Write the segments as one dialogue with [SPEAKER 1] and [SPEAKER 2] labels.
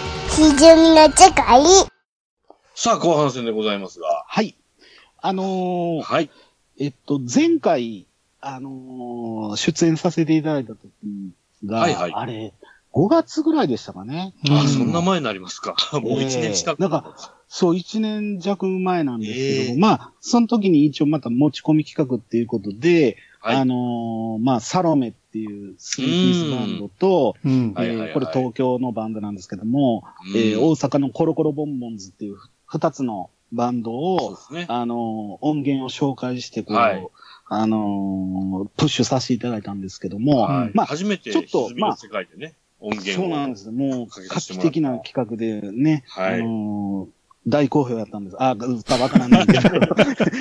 [SPEAKER 1] みの世界。
[SPEAKER 2] さあ、後半戦でございますが。
[SPEAKER 3] はい。あのー
[SPEAKER 2] はい。
[SPEAKER 3] えっと、前回、あのー出演させていただいた時が、
[SPEAKER 2] はいはい
[SPEAKER 3] あれ、5月ぐらいでしたかね。
[SPEAKER 2] あ、そんな前になりますか。もう1年近く。
[SPEAKER 3] ええなんか、そう、1年弱前なんですけども、
[SPEAKER 2] ええ
[SPEAKER 3] まあ、その時に一応また持ち込み企画っていうことで、
[SPEAKER 2] はい
[SPEAKER 3] あのーまあ、サロメっていうスリーピースバンドと、
[SPEAKER 4] うん
[SPEAKER 2] はいはいはい
[SPEAKER 3] えーこれ東京のバンドなんですけども、
[SPEAKER 2] うん
[SPEAKER 3] えー大阪のコロコロボンボンズっていう2つのバンド
[SPEAKER 2] そう
[SPEAKER 3] を
[SPEAKER 2] で、すね。
[SPEAKER 3] あの、音源を紹介して、こう、
[SPEAKER 2] はい
[SPEAKER 3] あの、プッシュさせていただいたんですけども、
[SPEAKER 2] はい
[SPEAKER 3] まあ、
[SPEAKER 2] 初めて、
[SPEAKER 3] ちょっと
[SPEAKER 2] 歪みの世界でね、音源
[SPEAKER 3] そ
[SPEAKER 2] を。
[SPEAKER 3] うなんです。もう、
[SPEAKER 2] かけ
[SPEAKER 3] 画
[SPEAKER 2] させて
[SPEAKER 3] 期
[SPEAKER 2] もらった
[SPEAKER 3] 的な企画でね、
[SPEAKER 2] はい
[SPEAKER 3] あの、大好評やったんです。あ、歌わからないん ですけど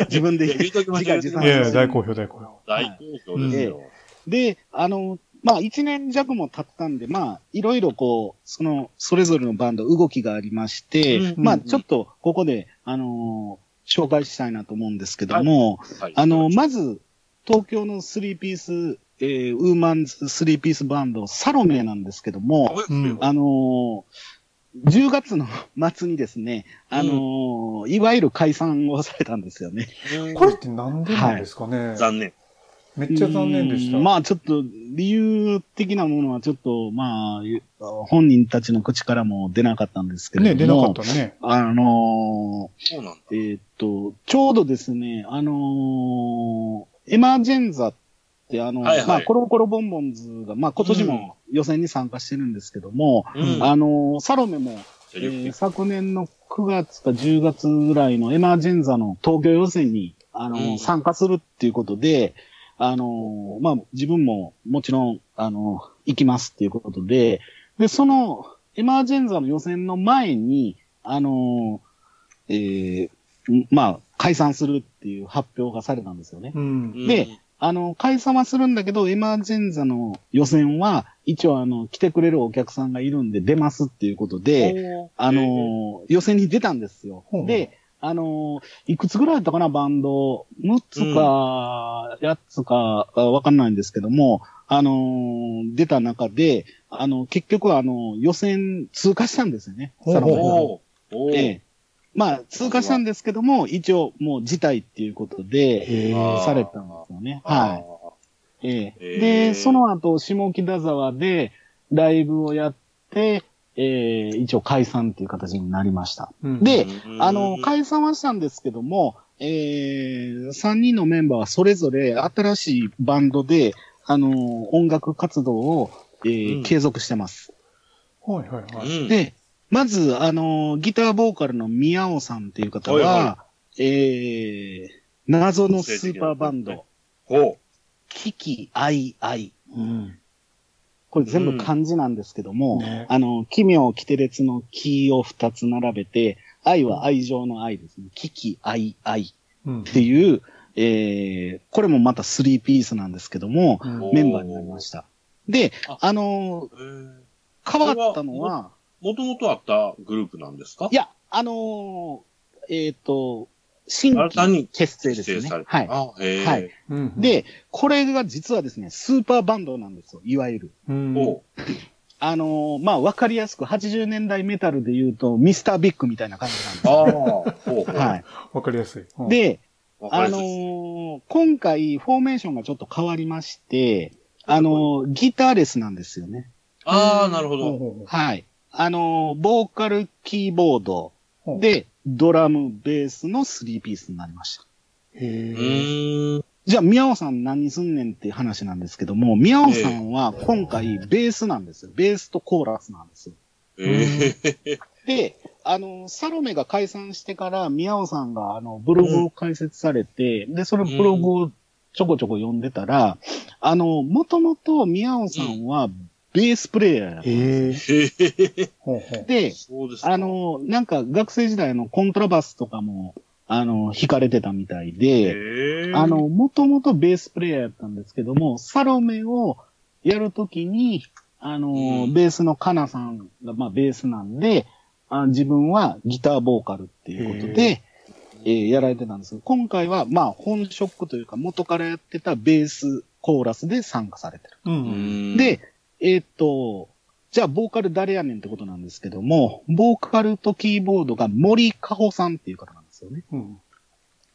[SPEAKER 3] 自分で
[SPEAKER 2] いや言
[SPEAKER 3] 言う
[SPEAKER 2] うときましょう
[SPEAKER 3] 自画自賛
[SPEAKER 4] いやいや、
[SPEAKER 3] して
[SPEAKER 4] 大好評、大好評。
[SPEAKER 2] 大好評ですよ。
[SPEAKER 3] で、あの、まあ、一年弱も経ったんで、まあ、いろいろこう、その、それぞれのバンド、動きがありまして、
[SPEAKER 2] うんうんうん
[SPEAKER 3] まあ、ちょっと、ここで、あの紹介したいなと思うんですけども、
[SPEAKER 2] はい
[SPEAKER 3] あの、まず、東京のスリーピース、えーウーマンズスリーピースバンド、サロメなんですけども、
[SPEAKER 4] うん
[SPEAKER 3] あのー10月の末にですね、あのーいわゆる解散をされたんですよね。
[SPEAKER 4] これってなんでなんですかね、
[SPEAKER 2] 残念。
[SPEAKER 4] めっちゃ残念でした。
[SPEAKER 3] うんまあちょっと、理由的なものはちょっと、まあ、本人たちの口からも出なかったんですけれ
[SPEAKER 4] ね、
[SPEAKER 3] ど
[SPEAKER 4] 出な
[SPEAKER 3] も、
[SPEAKER 4] かったね。
[SPEAKER 3] あのー
[SPEAKER 2] そうなんだ。
[SPEAKER 3] えーっと、ちょうどですね、あのーエマージェンザって、あの、
[SPEAKER 2] はいはい
[SPEAKER 3] まあ、コロコロボンボンズが、まあ、今年も予選に参加してるんですけども、
[SPEAKER 2] うん。
[SPEAKER 3] あのーサロメも、
[SPEAKER 2] じゃ
[SPEAKER 3] え
[SPEAKER 2] あよく聞い
[SPEAKER 3] ー
[SPEAKER 2] て
[SPEAKER 3] 昨年の9月か10月ぐらいのエマージェンザの東京予選に、あのー
[SPEAKER 2] うん
[SPEAKER 3] 参加するっていうことで、あのーまあ、自分ももちろん、あのー行きますっていうことで、で、その、エマージェンザの予選の前に、あのーえーんまあ、解散するっていう発表がされたんですよね。
[SPEAKER 4] うん。
[SPEAKER 3] であの、解散はするんだけど、エマージェンザの予選は、一応あの、来てくれるお客さんがいるんで出ますっていうこと
[SPEAKER 2] うん
[SPEAKER 3] で、
[SPEAKER 2] おー
[SPEAKER 3] あ
[SPEAKER 2] え
[SPEAKER 3] のー予選に出たんですよ
[SPEAKER 4] ほう。
[SPEAKER 3] で、あのーいくつぐらいだったかな、バンド。6つか、8つか、あわかんないんですけども、あのー出た中で、あの、結局は、あの、予選通過したんですよね。
[SPEAKER 4] ほう
[SPEAKER 3] サロ
[SPEAKER 2] ー
[SPEAKER 3] ン
[SPEAKER 4] ほう
[SPEAKER 3] が
[SPEAKER 2] おーおー
[SPEAKER 3] ええまあ、通過したんですけども、一応、もう辞退っていうことで、
[SPEAKER 4] へ
[SPEAKER 2] あ
[SPEAKER 4] ー
[SPEAKER 2] ー
[SPEAKER 3] されたんですよね。
[SPEAKER 2] あー
[SPEAKER 3] はい。ええ
[SPEAKER 2] ええ
[SPEAKER 3] で、その後、下北沢でライブをやって、ええ一応解散っていう形になりました。
[SPEAKER 4] うん
[SPEAKER 3] で
[SPEAKER 2] うん
[SPEAKER 3] あの、解散はしたんですけども、ええ3人のメンバーはそれぞれ新しいバンドで、あの、音楽活動を、ええ
[SPEAKER 2] うん
[SPEAKER 3] 継続してます。
[SPEAKER 4] はいはいはい。
[SPEAKER 2] うん
[SPEAKER 3] で、まず、あの、ギターボーカルの宮尾さんっていう方は、
[SPEAKER 2] はいは
[SPEAKER 3] ええ謎のスーパーバンド、
[SPEAKER 2] ほ
[SPEAKER 3] キキ、アイ、アイ。これ全部漢字なんですけども、
[SPEAKER 4] ね
[SPEAKER 3] あの、奇妙、奇て列の奇を二つ並べて、愛は愛情の愛ですね。キキ、愛、愛
[SPEAKER 4] うん
[SPEAKER 3] っていう、えー、これもまたスリーピースなんですけども、
[SPEAKER 4] うん
[SPEAKER 2] お
[SPEAKER 3] メンバーになりました。で、
[SPEAKER 2] あ
[SPEAKER 3] あの
[SPEAKER 2] う。えー
[SPEAKER 3] ー、変わったのは、
[SPEAKER 2] もともとあったグループなんですか
[SPEAKER 3] いや、あのー、えっ、と、新
[SPEAKER 2] 新たに
[SPEAKER 3] 規結成で
[SPEAKER 2] 指
[SPEAKER 3] す
[SPEAKER 2] 定
[SPEAKER 3] ね
[SPEAKER 2] され。た。
[SPEAKER 3] はい。
[SPEAKER 2] あ、へえ。
[SPEAKER 3] はい
[SPEAKER 4] うん、
[SPEAKER 3] で、これが実はですね、スーパーバンドなんですよ、いわゆる。
[SPEAKER 4] うん、
[SPEAKER 2] お
[SPEAKER 3] あのーまあ、わかりやすく、80年代メタルで言うと、ミスタービッグみたいな感じなんです
[SPEAKER 2] あ
[SPEAKER 3] よ。
[SPEAKER 2] あ、ほうほう。
[SPEAKER 3] はい。
[SPEAKER 4] わかりやすい。うん、
[SPEAKER 3] で、
[SPEAKER 2] わか
[SPEAKER 3] あ
[SPEAKER 2] り
[SPEAKER 3] の
[SPEAKER 2] やすいです
[SPEAKER 3] ー今回、フォーメーションがちょっと変わりまして、あのーギターレスなんですよね。
[SPEAKER 2] ああ、なるほ
[SPEAKER 4] ほう
[SPEAKER 2] ど。
[SPEAKER 4] ほう
[SPEAKER 3] はい。あのーボーカル、キーボード
[SPEAKER 4] ほう、
[SPEAKER 3] で、ドラム、ベースの3ピースになりました。
[SPEAKER 4] へ
[SPEAKER 2] う
[SPEAKER 4] ー
[SPEAKER 2] ーん。
[SPEAKER 3] じゃあ、宮尾さん何すんねんっていう話なんですけども、宮尾さんは今回、ベースなんですよ。ベースとコーラスなんですよ。
[SPEAKER 2] ええ。
[SPEAKER 3] で、あの、サロメが解散してから、宮尾さんが、あの、ブログを開設されて、で、そのブログをちょこちょこ読んでたら、あの、もともと宮尾さんは、ベースプレイヤーやったんですよ
[SPEAKER 4] へー
[SPEAKER 2] へえ。
[SPEAKER 4] ほうほう
[SPEAKER 3] で、
[SPEAKER 2] そうですか
[SPEAKER 3] あ、の、なんか学生時代のコントラバスとかも、あの、弾かれてたみたいで、
[SPEAKER 2] ええ。
[SPEAKER 3] あの、、もともとベースプレイヤーやったんですけども、サロメをやるときに、あの、
[SPEAKER 2] うん
[SPEAKER 3] ベースのカナさんが、まあ、ベースなんで、あ自分はギターボーカルっていうことで、えーやられてたんですけど、今回は、まあ、本職というか、元からやってたベース、コーラスで参加されてる。
[SPEAKER 4] う。
[SPEAKER 2] うんん、
[SPEAKER 3] で、えーっと、じゃあ、ボーカル誰やねんってことなんですけども、ボーカルとキーボードが森かほさんっていう方なんですよね。
[SPEAKER 4] うん。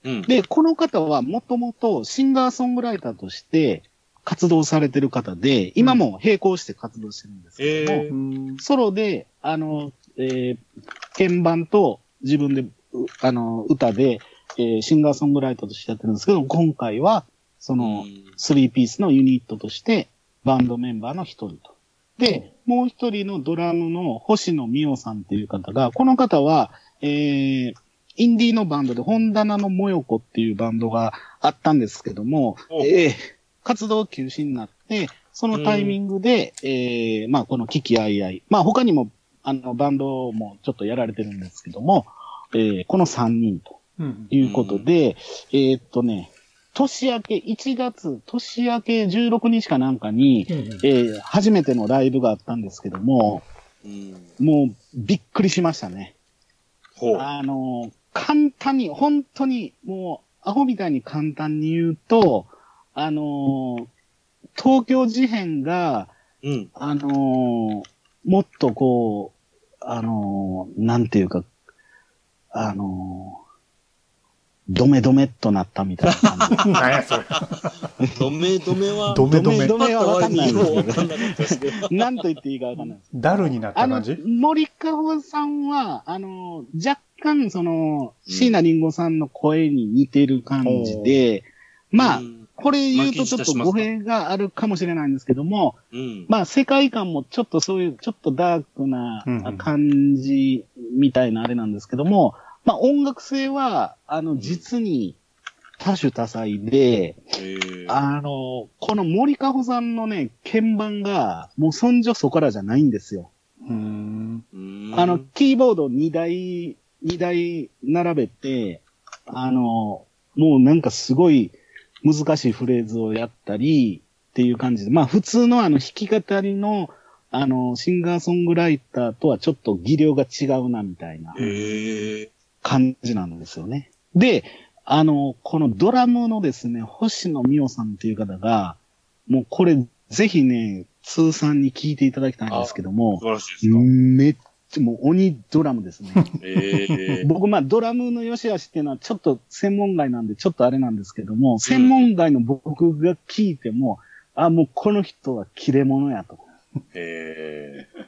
[SPEAKER 2] うん。
[SPEAKER 3] で、この方はもともとシンガーソングライターとして活動されてる方で、今も並行して活動してるんですけども、
[SPEAKER 2] え
[SPEAKER 4] うん
[SPEAKER 3] ソロで、あの、えー鍵盤と自分で、うあの、歌で、えーシンガーソングライターとしてやってるんですけど、今回は、その、3ピースのユニットとして、バンドメンバーの一人と。で、もう一人のドラムの星野美桜さんっていう方が、この方は、えー、インディーのバンドで、本棚のもよこっていうバンドがあったんですけども、
[SPEAKER 2] お
[SPEAKER 3] えー活動休止になって、そのタイミングで、えーまあ、このキキアイアイ、まあ、他にも、あの、バンドもちょっとやられてるんですけども、えーこの3人と
[SPEAKER 4] うん。
[SPEAKER 3] いうことで、えーっとね、年明け、1月、年明け16日かなんかに、えー初めてのライブがあったんですけども、
[SPEAKER 2] うん。
[SPEAKER 3] もうびっくりしましたね。
[SPEAKER 2] ほう。
[SPEAKER 3] あの、簡単に、本当に、もう、アホみたいに簡単に言うと、あの、東京事変が、
[SPEAKER 2] うん。
[SPEAKER 3] あの、もっとこう、あの、なんていうか、あの、ドメドメっとなったみたいな感じ。
[SPEAKER 4] 何やそれ。
[SPEAKER 2] ドメドメは、
[SPEAKER 4] ドメドメ
[SPEAKER 3] ド。メはわかんない
[SPEAKER 2] よ
[SPEAKER 3] で
[SPEAKER 2] うわか
[SPEAKER 3] すけ
[SPEAKER 2] んなかったですけど。
[SPEAKER 3] なんと言っていいかわかんない。
[SPEAKER 4] ダルになった
[SPEAKER 3] あの
[SPEAKER 4] 感じ、
[SPEAKER 3] 森川さんは、あの、若干、その、椎名林檎さんの声に似てる感じで、まあ、
[SPEAKER 2] うん
[SPEAKER 3] これ言うとちょ
[SPEAKER 2] 満喫い
[SPEAKER 3] ったと
[SPEAKER 2] します
[SPEAKER 3] 語
[SPEAKER 2] か
[SPEAKER 3] 弊があるかもしれないんですけども、
[SPEAKER 2] うん。
[SPEAKER 3] まあ、世界観もちょっとそういう、ちょっとダークな
[SPEAKER 4] うんうん
[SPEAKER 3] 感じみたいなあれなんですけども、まあ、音楽性は、あの、実に多種多彩で、
[SPEAKER 2] えー
[SPEAKER 3] あの、この森川さんのね、鍵盤が、もうそんじょそこらじゃないんですよ。
[SPEAKER 4] うん。
[SPEAKER 2] うん
[SPEAKER 3] あの、キーボード2台、2台並べて、あの、もうなんかすごい難しいフレーズをやったりっていう感じで、まあ普通のあの弾き語りの、あの、シンガーソングライターとはちょっと技量が違うなみたいな
[SPEAKER 2] えー
[SPEAKER 3] 感じなんですよね。で、あの、このドラムのですね、星野美桜さんっていう方が、もうこれぜひね、通算に聞いていただきたいんですけども
[SPEAKER 2] 素、晴らしいですか。
[SPEAKER 3] めっちゃ、もう鬼ドラムですね。
[SPEAKER 2] ええ。
[SPEAKER 3] 僕、まあ、ドラムの良し悪しっていうのはちょっと専門外なんで、ちょっとあれなんですけども、専門外の僕が聞いても、あ、もうこの人は切れ者やと。
[SPEAKER 2] ええ。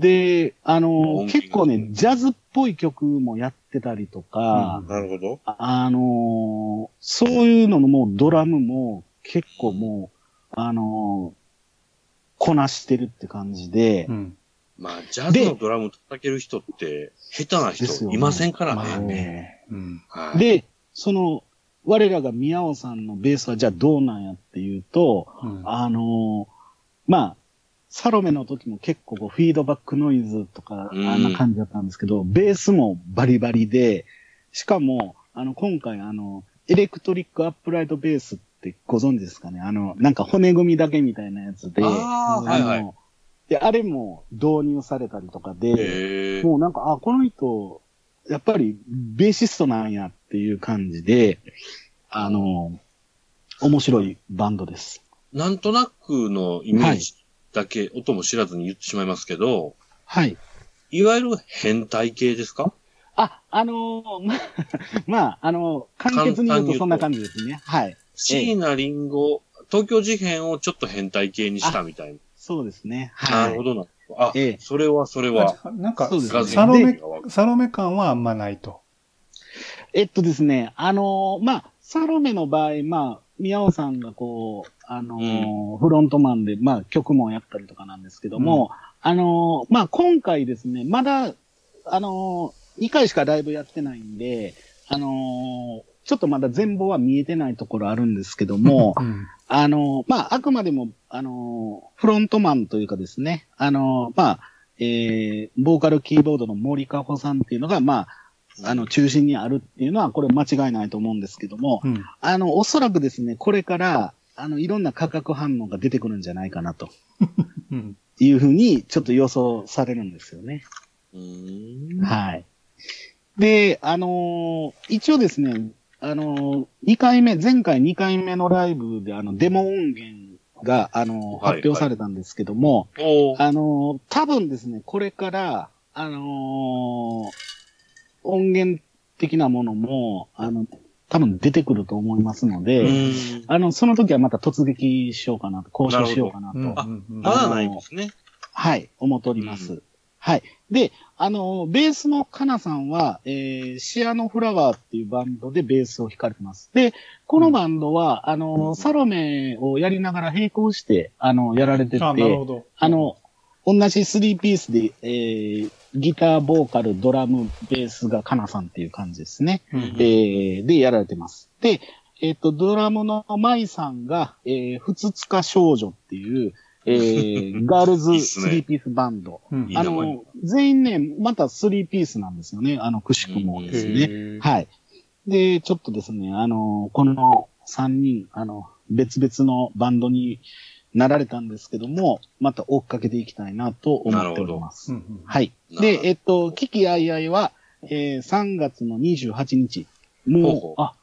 [SPEAKER 3] で、あの
[SPEAKER 2] 音、域が
[SPEAKER 3] 結構ね、ジャズっぽい曲もやってたりとか、
[SPEAKER 2] なるほど。
[SPEAKER 3] あのーそういうののもうドラムも結構もう、あのーこなしてるって感じで、
[SPEAKER 4] うん。
[SPEAKER 2] まあ、ジャズのドラム叩ける人って、下手な
[SPEAKER 3] ですよ
[SPEAKER 2] 人
[SPEAKER 3] ね
[SPEAKER 2] いませんから
[SPEAKER 4] まあ
[SPEAKER 2] ね。
[SPEAKER 4] ね。うん。
[SPEAKER 2] はい、
[SPEAKER 3] で、その、我らが宮尾さんのベースはじゃあどうなんやっていうと、
[SPEAKER 4] うん
[SPEAKER 3] あのーまあ、サロメの時も結構こうフィードバックノイズとか、あ
[SPEAKER 2] うん
[SPEAKER 3] んな感じだったんですけど、ベースもバリバリで、しかも、あの、今回あの、エレクトリックアップライトベースってご存知ですかねあの、なんか骨組みだけみたいなやつで、
[SPEAKER 2] ああ、はいは
[SPEAKER 3] あ
[SPEAKER 2] い。
[SPEAKER 3] ので、あれも導入されたりとかで、
[SPEAKER 2] ええ。
[SPEAKER 3] もうなんか、あ、この人、やっぱりベーシストなんやっていう感じで、あの、面白いバンドです。
[SPEAKER 2] なんとなくのイメージだけ、音も知らずに言ってしまいますけど、
[SPEAKER 3] はい。
[SPEAKER 2] いわゆる変態系ですか
[SPEAKER 3] あ、あのーまあ、まあ、あのー簡潔に言うとそんな感じですね。はい。
[SPEAKER 2] 椎名林檎、東京事変をちょっと変態系にしたみたい
[SPEAKER 3] そうですね。
[SPEAKER 2] な。
[SPEAKER 3] はい。
[SPEAKER 2] なるほどな。あ、
[SPEAKER 3] ええ
[SPEAKER 2] それはそれは。
[SPEAKER 4] あなんか
[SPEAKER 3] そう、ですね
[SPEAKER 4] サロメ
[SPEAKER 2] で、
[SPEAKER 4] サロメ感はあんまないと。
[SPEAKER 3] えっとですね、あのーまあ、サロメの場合、まあ、宮尾さんがこう、あのーフロントマンで、まあ、曲もやったりとかなんですけども、あのーまあ、今回ですね、まだ、あのー、2回しかライブやってないんで、あのーちょっとまだ全貌は見えてないところあるんですけど も、
[SPEAKER 4] うん
[SPEAKER 3] あの、まあ、あくまでも、あの、フロントマンというかですね、あの、まあ、えー、ボーカルキーボードの森かほさんっていうのが、まあ、あの、中心にあるっていうのは、これ間違いないと思うんですけども、
[SPEAKER 4] うん。
[SPEAKER 3] あの、おそらくですね、これから、あの、いろんな価格反応が出てくるんじゃないかなと
[SPEAKER 4] うん。
[SPEAKER 3] いうふうに、ちょっと予想されるんですよね。
[SPEAKER 2] うーん
[SPEAKER 3] はい。で、あのー一応ですね、あのー、2回目、前回2回目のライブで、あの、デモ音源が、あの、
[SPEAKER 2] はい
[SPEAKER 3] 発表されたんですけども、
[SPEAKER 2] おー
[SPEAKER 3] あのー多分ですね、これから、あのー音源的なものも、あの、多分出てくると思いますので、
[SPEAKER 2] うん。
[SPEAKER 3] あの、その時はまた突撃しようかなと、交渉しようかなと、
[SPEAKER 4] うん
[SPEAKER 2] あ
[SPEAKER 4] うん
[SPEAKER 2] まだないんですね。
[SPEAKER 3] はい、思っております。
[SPEAKER 2] う
[SPEAKER 3] はい。で、あのーベースのカナさんは、えーシアノフラワーっていうバンドでベースを弾かれてます。で、このバンドは、あのーサロメをやりながら並行して、あのやられてて、
[SPEAKER 4] あ、なるほど。
[SPEAKER 3] あの、同じ3ピースで、えーギター、ボーカル、ドラム、ベースがカナさんっていう感じですね。
[SPEAKER 4] うん、
[SPEAKER 3] えーで、やられてます。で、えっ、と、ドラムのマイさんが、えー、ふつつか少女っていう、え ーガールズ
[SPEAKER 2] いいっすね
[SPEAKER 3] 3ピースバンド。
[SPEAKER 4] うん
[SPEAKER 2] いい
[SPEAKER 3] あ
[SPEAKER 2] 名前
[SPEAKER 3] の、全員ね、また3ピースなんですよね。あの、くしくもですね。
[SPEAKER 4] へー
[SPEAKER 3] はい。で、ちょっとですね、あの、この3人、あの、別々のバンドになられたんですけども、また追っかけていきたいなと思っておりま
[SPEAKER 4] う
[SPEAKER 3] す。
[SPEAKER 4] んうん
[SPEAKER 3] はい。
[SPEAKER 2] なる
[SPEAKER 3] で
[SPEAKER 2] ほ、ど
[SPEAKER 3] えっと、キキアイアイは、えー3月の28日。
[SPEAKER 2] ほうほ
[SPEAKER 3] も
[SPEAKER 2] う
[SPEAKER 3] う、あ、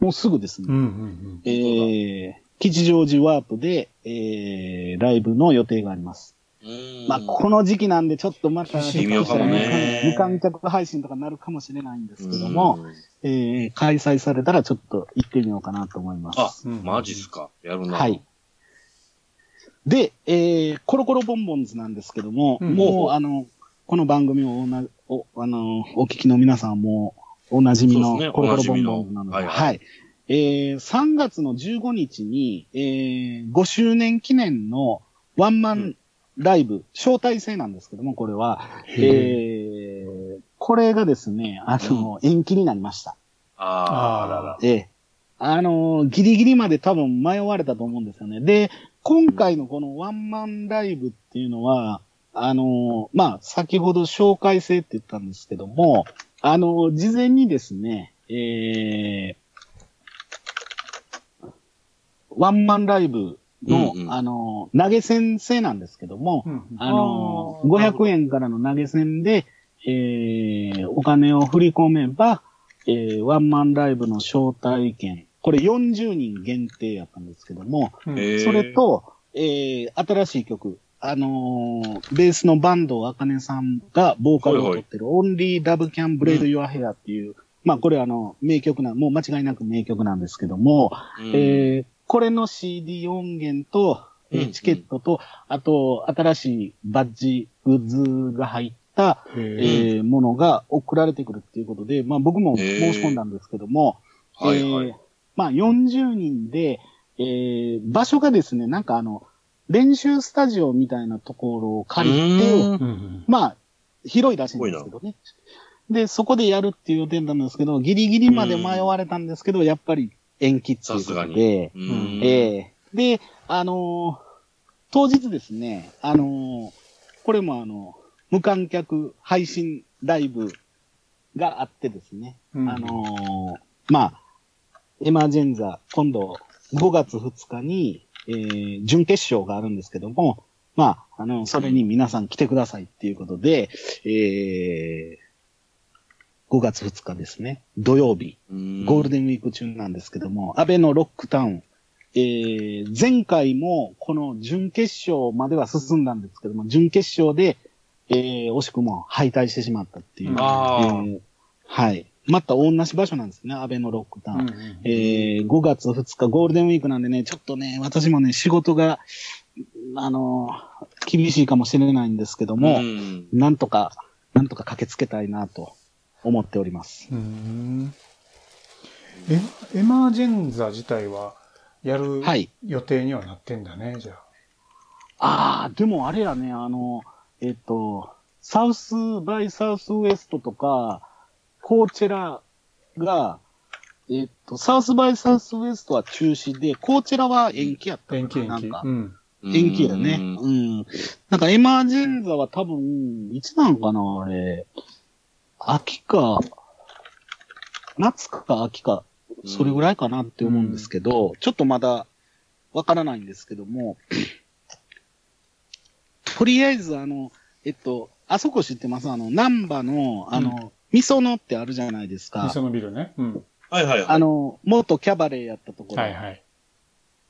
[SPEAKER 3] もうすぐですね。
[SPEAKER 4] うんうん
[SPEAKER 3] えー、吉祥寺ワープで、えー、ライブの予定があります。
[SPEAKER 2] うん
[SPEAKER 3] まあ、この時期なんで、ちょっとまた、
[SPEAKER 4] 微
[SPEAKER 2] 妙かもね
[SPEAKER 3] 無観客配信とかになるかもしれないんですけども、
[SPEAKER 2] うん
[SPEAKER 3] えー開催されたらちょっと行ってみようかなと思いま
[SPEAKER 2] あ
[SPEAKER 3] す。、
[SPEAKER 4] うん
[SPEAKER 2] マジっすか。やるな。
[SPEAKER 3] はい。で、えーコロコロボンボンズなんですけども、
[SPEAKER 4] うん
[SPEAKER 3] もう、あの、この番組をおなお、あの、お聞きの皆さんも、おなじみ
[SPEAKER 2] そう
[SPEAKER 3] の
[SPEAKER 2] ですね
[SPEAKER 3] コロコロボンボンズなので、
[SPEAKER 2] おなじみのはいはい
[SPEAKER 3] はい。えー3月の15日に、えー5周年記念のワンマンライブ、招待制なんですけども、これは、えーこれがですね、あの、延期になりました。
[SPEAKER 2] あ
[SPEAKER 4] あらら。
[SPEAKER 3] ええ。あのーギリギリまで多分迷われたと思うんですよね。で、今回のこのワンマンライブっていうのは、あのーまあ、先ほど紹介制って言ったんですけども、あのー事前にですね、えー、ワンマンライブの、
[SPEAKER 2] うんうん
[SPEAKER 3] あのー投げ銭制なんですけども、
[SPEAKER 4] うんうん
[SPEAKER 3] あの
[SPEAKER 2] あーなるほ
[SPEAKER 3] 500
[SPEAKER 2] ど
[SPEAKER 3] 円からの投げ銭で、えーお金を振り込めば、えーワンマンライブの招待券、これ40人限定やったんですけども、
[SPEAKER 4] うん
[SPEAKER 2] えー
[SPEAKER 3] それと、えー新しい曲、あのーベースのバンド、あかねさんがボーカルを取ってる、オンリー・ラブ・キャン・ブレイド・ユア・ヘアっていう、まあこれあの、名曲な、もう間違いなく名曲なんですけども、
[SPEAKER 2] うん
[SPEAKER 3] えーこれの CD 音源と、えー
[SPEAKER 2] うん
[SPEAKER 3] チケットと、あと、新しいバッジ、グッズが入った、
[SPEAKER 4] へ
[SPEAKER 3] え
[SPEAKER 4] ー
[SPEAKER 3] ーものが送られてくるっていうことで、まあ僕も申し込んだんですけども、
[SPEAKER 2] はいはい
[SPEAKER 3] えーまあ40人で、えー場所がですね、なんかあの、練習スタジオみたいなところを借りて、
[SPEAKER 2] うん
[SPEAKER 4] うんうん
[SPEAKER 3] まあ、広いらしいんですけどね。で、そこでやるっていう予定なんですけど、ギリギリまで迷われたんですけど、やっぱり延期っていうこ
[SPEAKER 2] さすが
[SPEAKER 3] と
[SPEAKER 2] に
[SPEAKER 3] で、
[SPEAKER 2] う。
[SPEAKER 4] うん
[SPEAKER 3] ええで、あのー当日ですね、あのーこれもあの、無観客配信ライブがあってですね、
[SPEAKER 4] うん
[SPEAKER 3] あのーまあ、エマージェンザ、今度5月2日に、えー準決勝があるんですけども、まあ、あの、それに皆さん来てくださいっていうことで、えー5月2日ですね、土曜日、ゴール
[SPEAKER 2] デ
[SPEAKER 3] デンウィーク中なんですけども、安倍のロックタウン、えー、前回もこの準決勝までは進んだんですけども、準決勝で、えー、惜しくも敗退してしまったっていう。
[SPEAKER 2] あ
[SPEAKER 3] え
[SPEAKER 2] ー
[SPEAKER 3] ーはい。また同じ場所なんですね、安倍のロックタウン。
[SPEAKER 4] うんうん
[SPEAKER 3] えー5月2日ゴールデンウィークなんでね、ちょっとね、私もね、仕事が、あのー厳しいかもしれないんですけども、
[SPEAKER 2] うん
[SPEAKER 3] なんとか、なんとか駆けつけたいなと思っております。
[SPEAKER 4] うーんエエマージェンザ自体はやる
[SPEAKER 3] はい。
[SPEAKER 4] 予定にはなってんだね、じゃ
[SPEAKER 3] あ
[SPEAKER 4] あ。
[SPEAKER 3] あ、でもあれやね、あの、えっと、サウスバイサウスウエストとか、コーチェラが、えっと、サウスバイサウスウエストは中止で、コーチェラは延期やったかな。
[SPEAKER 4] 延期延
[SPEAKER 3] なん
[SPEAKER 4] 期。
[SPEAKER 3] か
[SPEAKER 4] うん。
[SPEAKER 3] 延期やね。
[SPEAKER 2] うん
[SPEAKER 3] うん。なんかエマージェンザは多分、いつなんかな、あれ。秋か、夏か秋か、それぐらいかなって思うんですけど、ちょっとまだわからないんですけども、とりあえずあの、えっと、あそこ知ってますあの、南波の、あの、みそのってあるじゃないです
[SPEAKER 4] 味
[SPEAKER 3] か。
[SPEAKER 4] 噌のビルね。うん。
[SPEAKER 2] はいはいはい。
[SPEAKER 3] あの、元キャバレーやったところ。
[SPEAKER 4] はいはい。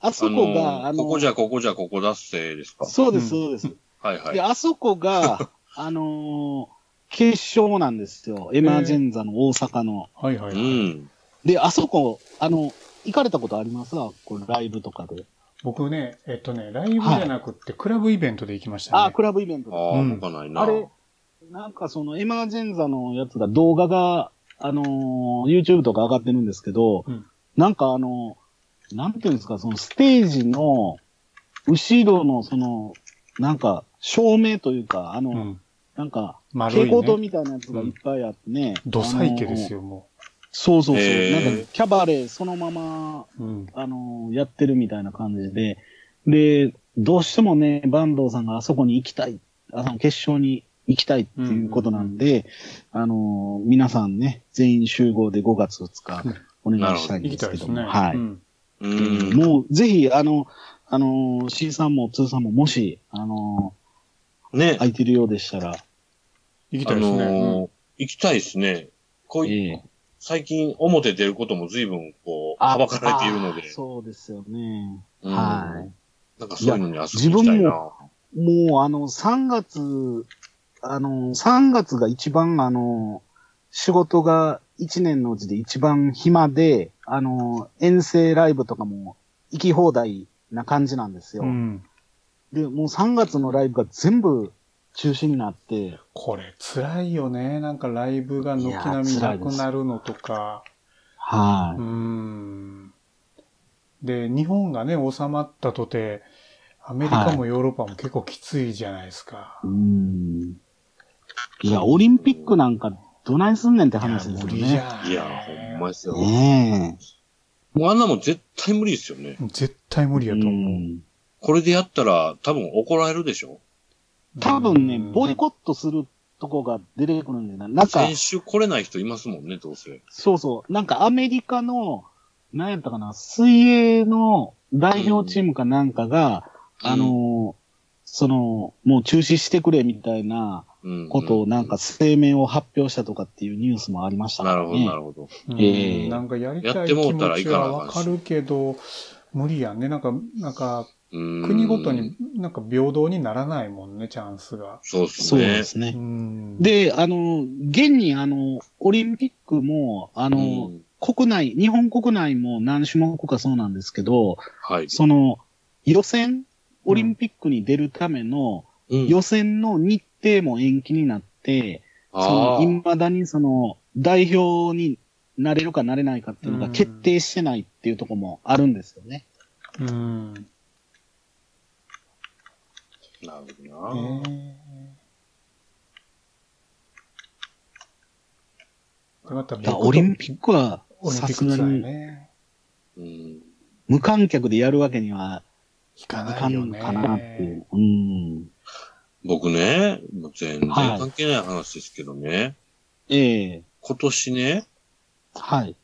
[SPEAKER 3] あそこが、あの、
[SPEAKER 2] ここじゃ、ここじゃ、ここだっせですか。
[SPEAKER 3] そうです、
[SPEAKER 4] うん
[SPEAKER 3] そうです。
[SPEAKER 2] はいは
[SPEAKER 3] で、
[SPEAKER 2] い。
[SPEAKER 3] あそこが、 あのー決勝なんですよ。エマージェンザの大阪の。
[SPEAKER 4] はいは
[SPEAKER 2] う
[SPEAKER 4] い。
[SPEAKER 2] ん。
[SPEAKER 3] で、あそこ、あの、行かれたことありますかこれライブとかで。
[SPEAKER 4] 僕ね、えっとね、ライブじゃなくって、クラブイベントで行きましたね。
[SPEAKER 3] あ、クラブイベント
[SPEAKER 2] ああ
[SPEAKER 3] で。
[SPEAKER 4] うん
[SPEAKER 2] ー、他ないな。
[SPEAKER 3] あれ、なんかその、エマージェンザのやつが動画が、あのー YouTube とか上がってるんですけど、
[SPEAKER 4] うん
[SPEAKER 3] なんかあの、なんていうんですか、そのステージの、後ろのその、なんか、照明というか、あの、
[SPEAKER 4] うん。
[SPEAKER 3] なんか、
[SPEAKER 4] 丸
[SPEAKER 3] 蛍
[SPEAKER 4] い、
[SPEAKER 3] 光灯
[SPEAKER 4] ね。
[SPEAKER 3] みたいなやつがいっぱいあってね。
[SPEAKER 4] どさいけです
[SPEAKER 3] よ。
[SPEAKER 4] よ、も
[SPEAKER 3] そうそうそう。
[SPEAKER 2] へー
[SPEAKER 3] なんか、キャバレーそのまま、
[SPEAKER 4] う。うん。
[SPEAKER 3] あのーやってるみたいな感じで、で、どうしてもね、坂東さんがあそこに行きたい、あの、決勝に行きたいっていうことなんで、あのー皆さんね、全員集合で5月2日
[SPEAKER 4] うん、
[SPEAKER 3] お願いしたいん
[SPEAKER 4] 行
[SPEAKER 3] で
[SPEAKER 4] き
[SPEAKER 3] す
[SPEAKER 4] たい
[SPEAKER 3] け
[SPEAKER 4] です
[SPEAKER 3] ども、
[SPEAKER 4] ね。
[SPEAKER 3] はい、
[SPEAKER 4] うん
[SPEAKER 2] うん。
[SPEAKER 3] もう、ぜひ、あの、あのー、C さんも2さんも、もし、あのー
[SPEAKER 2] ね。
[SPEAKER 3] 空いてるようでしたら、
[SPEAKER 4] 行き
[SPEAKER 2] あ
[SPEAKER 4] たいですね。
[SPEAKER 2] のー、行きたいですね。こうい、
[SPEAKER 3] ええ
[SPEAKER 2] 最近表出ることも随分こう、
[SPEAKER 3] あ
[SPEAKER 2] はばかられているの
[SPEAKER 3] あ
[SPEAKER 2] で。
[SPEAKER 3] そうですよね。
[SPEAKER 2] うん
[SPEAKER 3] はい。
[SPEAKER 2] なんかそういうのに遊びに行きたい
[SPEAKER 3] いや自分
[SPEAKER 2] な。
[SPEAKER 3] もうあの、3月、あの、3月が一番あの、仕事が1年のうちで一番暇で、あの、遠征ライブとかも行き放題な感じなんですよ。
[SPEAKER 4] うん。
[SPEAKER 3] で、もう3月のライブが全部中止になって、
[SPEAKER 4] これ、辛いよね。なんかライブが軒並みなくなるのとか。
[SPEAKER 3] はい。
[SPEAKER 4] うーん。で、日本がね、収まったとて、アメリカもヨーロッパも結構きついじゃないですか。
[SPEAKER 3] うーん。いや、オリンピックなんかどないすんねんって
[SPEAKER 4] いや
[SPEAKER 3] 話ですよ
[SPEAKER 4] 無理じ
[SPEAKER 3] ね。
[SPEAKER 4] ゃん。
[SPEAKER 2] いや、ほんまですよ。
[SPEAKER 3] ね
[SPEAKER 2] もうあんなもん絶対無理ですよね。
[SPEAKER 4] 絶対無理
[SPEAKER 3] え。
[SPEAKER 4] や
[SPEAKER 3] う
[SPEAKER 4] と思う。
[SPEAKER 3] ん
[SPEAKER 2] これでやったら多分怒られるでしょ
[SPEAKER 3] 多分ね
[SPEAKER 4] う、ん
[SPEAKER 3] ボイコットするとこが出てくるんだよな。なんか、
[SPEAKER 2] 先週来れない人いますもんね、どうせ。
[SPEAKER 3] そうそう。なんかアメリカの、なんやったかな、水泳の代表チームかなんかが、あのー、その、もう中止してくれみたいな
[SPEAKER 2] うん、
[SPEAKER 3] ことをなんか声明を発表したとかっていうニュースもありましたか
[SPEAKER 2] な
[SPEAKER 3] ら
[SPEAKER 2] る
[SPEAKER 3] ね。
[SPEAKER 2] ほど、なるほど。
[SPEAKER 4] うん
[SPEAKER 3] ええ
[SPEAKER 4] なんかやり
[SPEAKER 2] や
[SPEAKER 4] た
[SPEAKER 2] っ
[SPEAKER 4] い
[SPEAKER 2] て
[SPEAKER 4] 気
[SPEAKER 2] もうたら
[SPEAKER 4] 持
[SPEAKER 2] い
[SPEAKER 4] ち
[SPEAKER 2] かなあかんし
[SPEAKER 4] はわかるけど、無理やんね。なんか、なんか、
[SPEAKER 2] うん
[SPEAKER 4] 国ごとに。なんか平等にならないもんね、チャンスが。
[SPEAKER 2] そうです
[SPEAKER 3] そうで
[SPEAKER 2] ね。
[SPEAKER 3] すね
[SPEAKER 4] う。ん。
[SPEAKER 3] で、あの、現にあの、オリンピックも、あ
[SPEAKER 2] う
[SPEAKER 3] の、
[SPEAKER 2] ん
[SPEAKER 3] 国内、日本国内も何種目かそうなんですけど、
[SPEAKER 2] はい。
[SPEAKER 3] その、予選、オリンピックに出るための
[SPEAKER 2] うん
[SPEAKER 3] 予選の日程も延期になって、そ
[SPEAKER 2] あ
[SPEAKER 3] の、
[SPEAKER 2] ー
[SPEAKER 3] 未だにその、代表になれるかなれないかっていうのが
[SPEAKER 4] うん
[SPEAKER 3] 決定してないっていうところもあるんですよね。
[SPEAKER 4] うん。
[SPEAKER 2] なるほ
[SPEAKER 4] え
[SPEAKER 2] どな。
[SPEAKER 4] えでまた
[SPEAKER 3] いや、オリンピックは、
[SPEAKER 4] オリン
[SPEAKER 3] さ
[SPEAKER 4] ピッ
[SPEAKER 3] す
[SPEAKER 4] ク
[SPEAKER 3] が
[SPEAKER 4] 辛い
[SPEAKER 3] に、
[SPEAKER 4] ね。
[SPEAKER 2] うん
[SPEAKER 3] 無観客でやるわけには
[SPEAKER 4] 行か
[SPEAKER 3] い
[SPEAKER 4] な
[SPEAKER 3] か
[SPEAKER 4] いよ
[SPEAKER 3] ん
[SPEAKER 4] ね。
[SPEAKER 3] かなっていう。うん。
[SPEAKER 2] 僕ね、もう全然
[SPEAKER 3] はい
[SPEAKER 2] 関係ない話ですけどね、
[SPEAKER 3] ええ
[SPEAKER 2] 今年ね、
[SPEAKER 3] はい。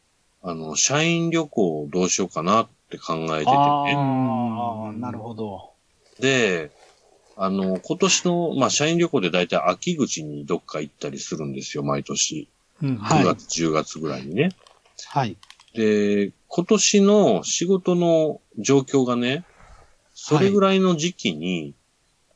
[SPEAKER 2] あの、社員旅行をどうしようかなって考えててね。
[SPEAKER 3] ああ、なるほど。
[SPEAKER 2] で、あの、今年の、まあ、社員旅行で大体秋口にどっか行ったりするんですよ、毎年。
[SPEAKER 4] うん。
[SPEAKER 3] は
[SPEAKER 2] 9
[SPEAKER 3] い
[SPEAKER 2] 月、10月ぐらいにね。
[SPEAKER 3] はい。
[SPEAKER 2] で、今年の仕事の状況がね、それぐらいの時期に、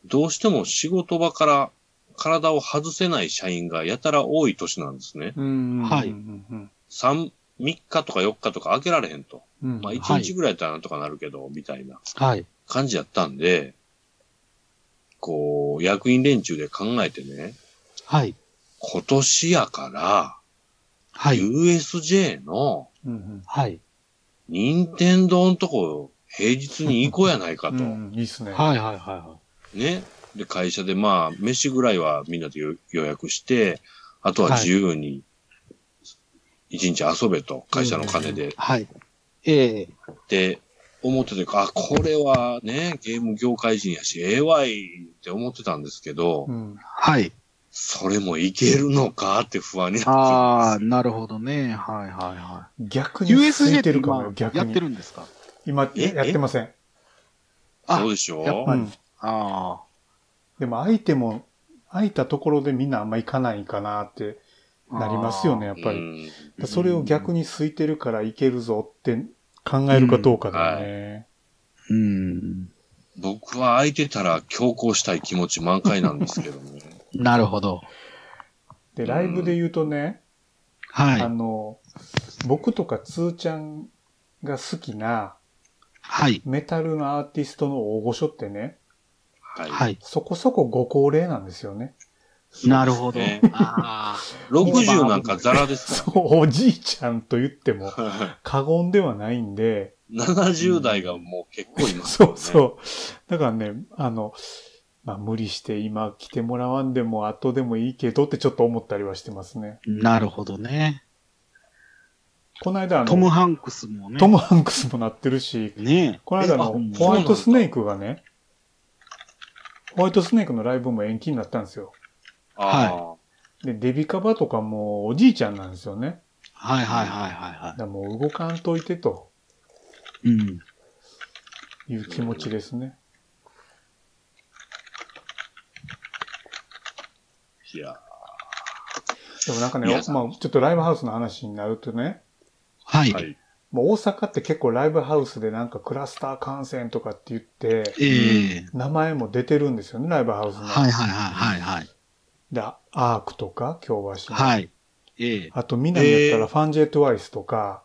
[SPEAKER 2] どうしても仕事場から体を外せない社員がやたら多い年なんですね。
[SPEAKER 4] うん。
[SPEAKER 3] はい
[SPEAKER 4] うんうん
[SPEAKER 2] 3、3日とか4日とか開けられへんと。
[SPEAKER 4] うん。
[SPEAKER 2] まあ
[SPEAKER 3] い
[SPEAKER 2] 1日ぐらいやったらなんとかなるけど、みたいな
[SPEAKER 3] はい。
[SPEAKER 2] 感じやったんで、こう、役員連中で考えてね、
[SPEAKER 3] はい。
[SPEAKER 2] 今年やから、
[SPEAKER 3] はい。
[SPEAKER 2] USJ の
[SPEAKER 4] うんうん
[SPEAKER 3] はい。
[SPEAKER 2] 任天堂のとこ平日に行こうやないかと。
[SPEAKER 4] うんいいっすね。
[SPEAKER 3] はいはいはいは
[SPEAKER 2] ね。で、会社でまあ、飯ぐらいはみんなで予予約して、あとは自由に、一日遊べと、会社の金で。
[SPEAKER 3] い。はい。ええ
[SPEAKER 2] って思ってて、あ、これはね、ゲーム業界人やし、ええわいって思ってたんですけど、
[SPEAKER 4] うん。
[SPEAKER 3] はい。
[SPEAKER 2] それもいけるのかって不安にな
[SPEAKER 3] あ
[SPEAKER 2] って
[SPEAKER 3] あ、なるほどね。はいはいは
[SPEAKER 4] 逆
[SPEAKER 3] い。
[SPEAKER 4] に空
[SPEAKER 3] USJ
[SPEAKER 4] い
[SPEAKER 3] って
[SPEAKER 4] て
[SPEAKER 3] る
[SPEAKER 4] るかも
[SPEAKER 3] 今
[SPEAKER 4] よ、逆に。
[SPEAKER 3] やってるんですか
[SPEAKER 4] 今、
[SPEAKER 2] え
[SPEAKER 4] やってません。
[SPEAKER 2] た。そうでしょ
[SPEAKER 3] やっぱり
[SPEAKER 4] うん
[SPEAKER 3] あ
[SPEAKER 4] でも、空いても、空いたところでみんなあんま行かないかなって
[SPEAKER 3] あ。
[SPEAKER 4] なりますよね、。やっぱ
[SPEAKER 2] う
[SPEAKER 4] り。
[SPEAKER 2] ん
[SPEAKER 3] うん
[SPEAKER 4] それを逆に空いてるから行けるぞって考えるかどうかだよね。
[SPEAKER 3] うん。
[SPEAKER 2] 僕は空いてたら強行したい気持ち満開なんですけどね。
[SPEAKER 3] なるほど。
[SPEAKER 4] で、ライブで言うとね、あ
[SPEAKER 3] はい。
[SPEAKER 4] の、僕とかつーちゃんが好きな
[SPEAKER 3] はい。
[SPEAKER 4] メタルのアーティストの大御所ってね、
[SPEAKER 2] はい。
[SPEAKER 3] はい。
[SPEAKER 4] そこそこご高齢なんです よね。
[SPEAKER 3] なるほど
[SPEAKER 2] ね。
[SPEAKER 3] ああ。
[SPEAKER 2] 60なんかザラです
[SPEAKER 4] そう、おじいちゃんと言っても
[SPEAKER 2] から
[SPEAKER 4] 過言ではないんで、
[SPEAKER 2] 70代がもう結構います、ね。
[SPEAKER 4] そうそう。だからね、あの、まあ無理して今来てもらわんでも後でもいいけどってちょっと思ったりはしてますね。
[SPEAKER 3] なるほどね。
[SPEAKER 4] この間あの、
[SPEAKER 3] トム・ハンクスもね。
[SPEAKER 4] トムハンクスもなってるし、
[SPEAKER 3] ね
[SPEAKER 4] この間
[SPEAKER 2] えあ
[SPEAKER 4] の
[SPEAKER 3] うん
[SPEAKER 4] ホワイトスネークがね、ホワイトスネークのライブも延期になったんですよ。
[SPEAKER 2] あ
[SPEAKER 4] で、デビカバとかもおじいちゃんなんですよね。
[SPEAKER 3] はいはいはいはいは
[SPEAKER 4] だからもう動かんといてと
[SPEAKER 3] い。うん。
[SPEAKER 4] いう気持ちですね。
[SPEAKER 2] い。いや、
[SPEAKER 4] でもなんかね、
[SPEAKER 2] い
[SPEAKER 4] ま
[SPEAKER 2] や
[SPEAKER 4] あちょっとライブハウスの話になるとね、
[SPEAKER 3] はい。
[SPEAKER 2] はい。
[SPEAKER 4] もう大阪って結構ライブハウスでなんかクラスター感染とかって言って、
[SPEAKER 3] ええ
[SPEAKER 4] 名前も出てるんですよね、ライブハウスの。
[SPEAKER 3] はいはいはいはいはい。
[SPEAKER 4] で、アークとか、京橋の。
[SPEAKER 3] はい。ええ
[SPEAKER 4] あと、南やった
[SPEAKER 2] えー
[SPEAKER 4] らファンジェトワイスとか、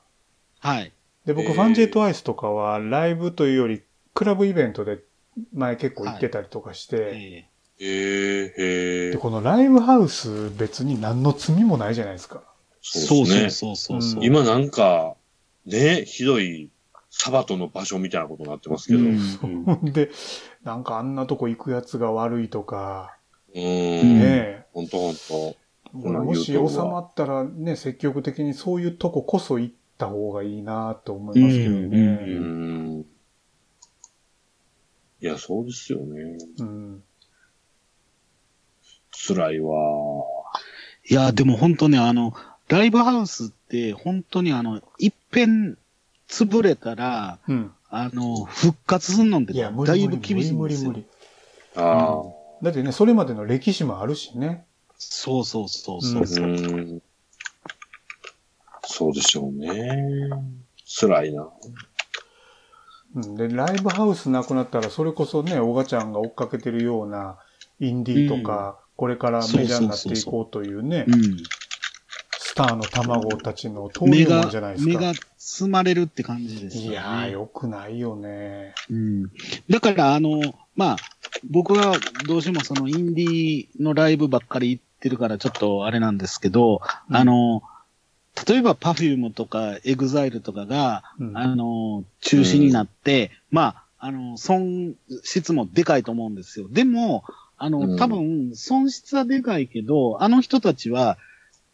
[SPEAKER 3] はい。
[SPEAKER 4] で、僕、
[SPEAKER 2] えー
[SPEAKER 4] ファンジェトワイスとかは、ライブというより、クラブイベントで前結構行ってたりとかして、
[SPEAKER 3] ええ
[SPEAKER 2] えー、へ
[SPEAKER 4] で、
[SPEAKER 2] ー
[SPEAKER 4] このライブハウス別に何の罪もないじゃないですか。
[SPEAKER 3] そう
[SPEAKER 2] です
[SPEAKER 3] そう
[SPEAKER 2] ね
[SPEAKER 3] そうそうそう。
[SPEAKER 2] 今なんか、ね、ひどい、サバトの場所みたいなことになってますけ
[SPEAKER 3] う
[SPEAKER 2] ど。うんん。
[SPEAKER 4] で、なんかあんなとこ行くやつが悪いとか、
[SPEAKER 3] うん
[SPEAKER 4] ね
[SPEAKER 2] ん。
[SPEAKER 4] え、
[SPEAKER 2] ほんとほんと。こんなん
[SPEAKER 4] もし
[SPEAKER 2] 言う
[SPEAKER 4] 収
[SPEAKER 2] とは
[SPEAKER 4] まったらね、積極的にそういうとここそ行った方がいいなと思いますけど
[SPEAKER 3] うんうん
[SPEAKER 2] う
[SPEAKER 4] ね。
[SPEAKER 2] ん。いや、そうですよね。
[SPEAKER 4] うん。
[SPEAKER 2] 辛いわ。
[SPEAKER 3] いや、でも本当ね、あの、ライブハウスって本当にあの、一遍潰れたら、
[SPEAKER 4] うん。
[SPEAKER 3] あの、復活するのって
[SPEAKER 4] いや、
[SPEAKER 3] だ
[SPEAKER 4] 無理
[SPEAKER 3] い
[SPEAKER 4] 無
[SPEAKER 3] ぶ
[SPEAKER 4] 理
[SPEAKER 3] 厳しいん
[SPEAKER 4] 無
[SPEAKER 3] で
[SPEAKER 4] 理
[SPEAKER 3] す
[SPEAKER 4] 無理無
[SPEAKER 3] よ。
[SPEAKER 4] 理。
[SPEAKER 2] ああ。
[SPEAKER 4] だってね、それまでの歴史もあるしね。
[SPEAKER 3] そうそうそうそう
[SPEAKER 2] う。ーんそうでしょうね。辛いな。
[SPEAKER 4] うん。で、ライブハウスなくなったら、それこそね、おがちゃんが追っかけてるような、インディーとか、これからメジャーになっていこうというね
[SPEAKER 3] う、ん。
[SPEAKER 4] スターの卵たちの登
[SPEAKER 3] 目
[SPEAKER 4] 竜門
[SPEAKER 3] が
[SPEAKER 4] じゃない、です
[SPEAKER 3] 目
[SPEAKER 4] か
[SPEAKER 3] が。積まれるって感じですよね。
[SPEAKER 4] いやー、よくないよね。
[SPEAKER 3] うん。だから、あの、まあ、僕はどうしてもそのインディーのライブばっかり行ってるからちょっとあれなんですけど、
[SPEAKER 4] うん
[SPEAKER 3] あの、例えば Perfume とか EXILE とかが、
[SPEAKER 4] うん
[SPEAKER 3] あの、中止になって、まあ、あの、損失もでかいと思うんですよ。でも、あ
[SPEAKER 2] う
[SPEAKER 3] の、
[SPEAKER 2] ん
[SPEAKER 3] 多分、損失はでかいけど、あの人たちは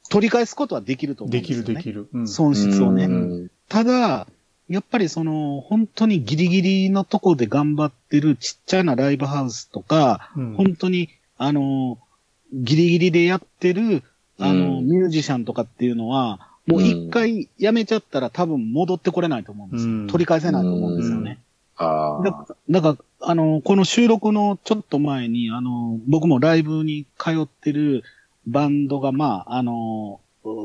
[SPEAKER 3] 取り返すことはできると思うん
[SPEAKER 4] で
[SPEAKER 3] で
[SPEAKER 4] き
[SPEAKER 3] すよ、
[SPEAKER 4] る
[SPEAKER 3] ね。
[SPEAKER 4] できる。うん。
[SPEAKER 3] 損失をね。
[SPEAKER 2] うん
[SPEAKER 3] ただ、やっぱりその、本当にギリギリのとこで頑張ってるちっちゃなライブハウスとか、
[SPEAKER 4] うん。
[SPEAKER 3] 本当に、あの、ギリギリでやってる、あの、
[SPEAKER 2] うん
[SPEAKER 3] ミュージシャンとかっていうのは、もう一回やめちゃったら多分戻ってこれないと思うんですよ。
[SPEAKER 4] うん
[SPEAKER 3] 取り返せないと思うんですよね。
[SPEAKER 2] あ
[SPEAKER 3] だ
[SPEAKER 2] あ。
[SPEAKER 3] だから、あの、この収録のちょっと前に、あの、僕もライブに通ってるバンドが、まあ、あの、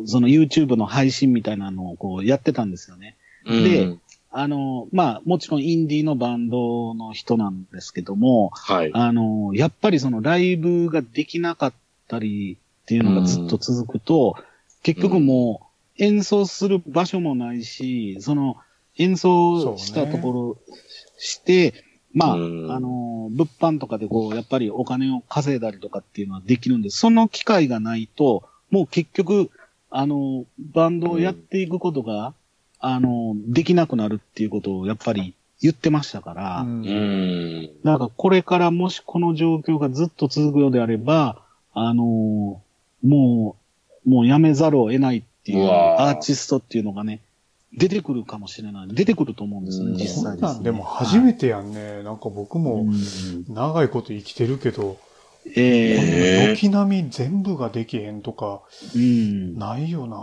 [SPEAKER 3] その YouTube の配信みたいなのをこうやってたんですよね。で
[SPEAKER 2] うん、
[SPEAKER 3] あの、まあ、もちろんインディーのバンドの人なんですけども、
[SPEAKER 2] はい。
[SPEAKER 3] あの、やっぱりそのライブができなかったりっていうのがずっと続くと、結局もう演奏する場所もないし、その演奏したところして、まあ、
[SPEAKER 2] うん
[SPEAKER 3] あの、物販とかでこう、やっぱりお金を稼いだりとかっていうのはできるんで、その機会がないと、もう結局、あの、バンドをやっていくことが、あの、できなくなるっていうことをやっぱり言ってましたから、
[SPEAKER 4] う
[SPEAKER 2] う
[SPEAKER 4] ん
[SPEAKER 2] ん。
[SPEAKER 3] なんかこれからもしこの状況がずっと続くようであれば、あのーもう、もうやめざるを得ないっていう
[SPEAKER 2] うわー
[SPEAKER 3] アーティストっていうのがね、出てくるかもしれない。出てくると思うんですね
[SPEAKER 2] う、ん
[SPEAKER 3] 実
[SPEAKER 4] こ
[SPEAKER 3] 際
[SPEAKER 4] ん
[SPEAKER 3] で
[SPEAKER 4] な
[SPEAKER 3] す、
[SPEAKER 4] ん
[SPEAKER 3] ね。
[SPEAKER 4] でも初
[SPEAKER 3] はい
[SPEAKER 4] めてやんね。なんか僕も長いこと生きてるけど、こん
[SPEAKER 3] ええ
[SPEAKER 4] な
[SPEAKER 2] ええ
[SPEAKER 4] 軒並み全部ができへんとか、
[SPEAKER 3] うん。
[SPEAKER 4] ないよな。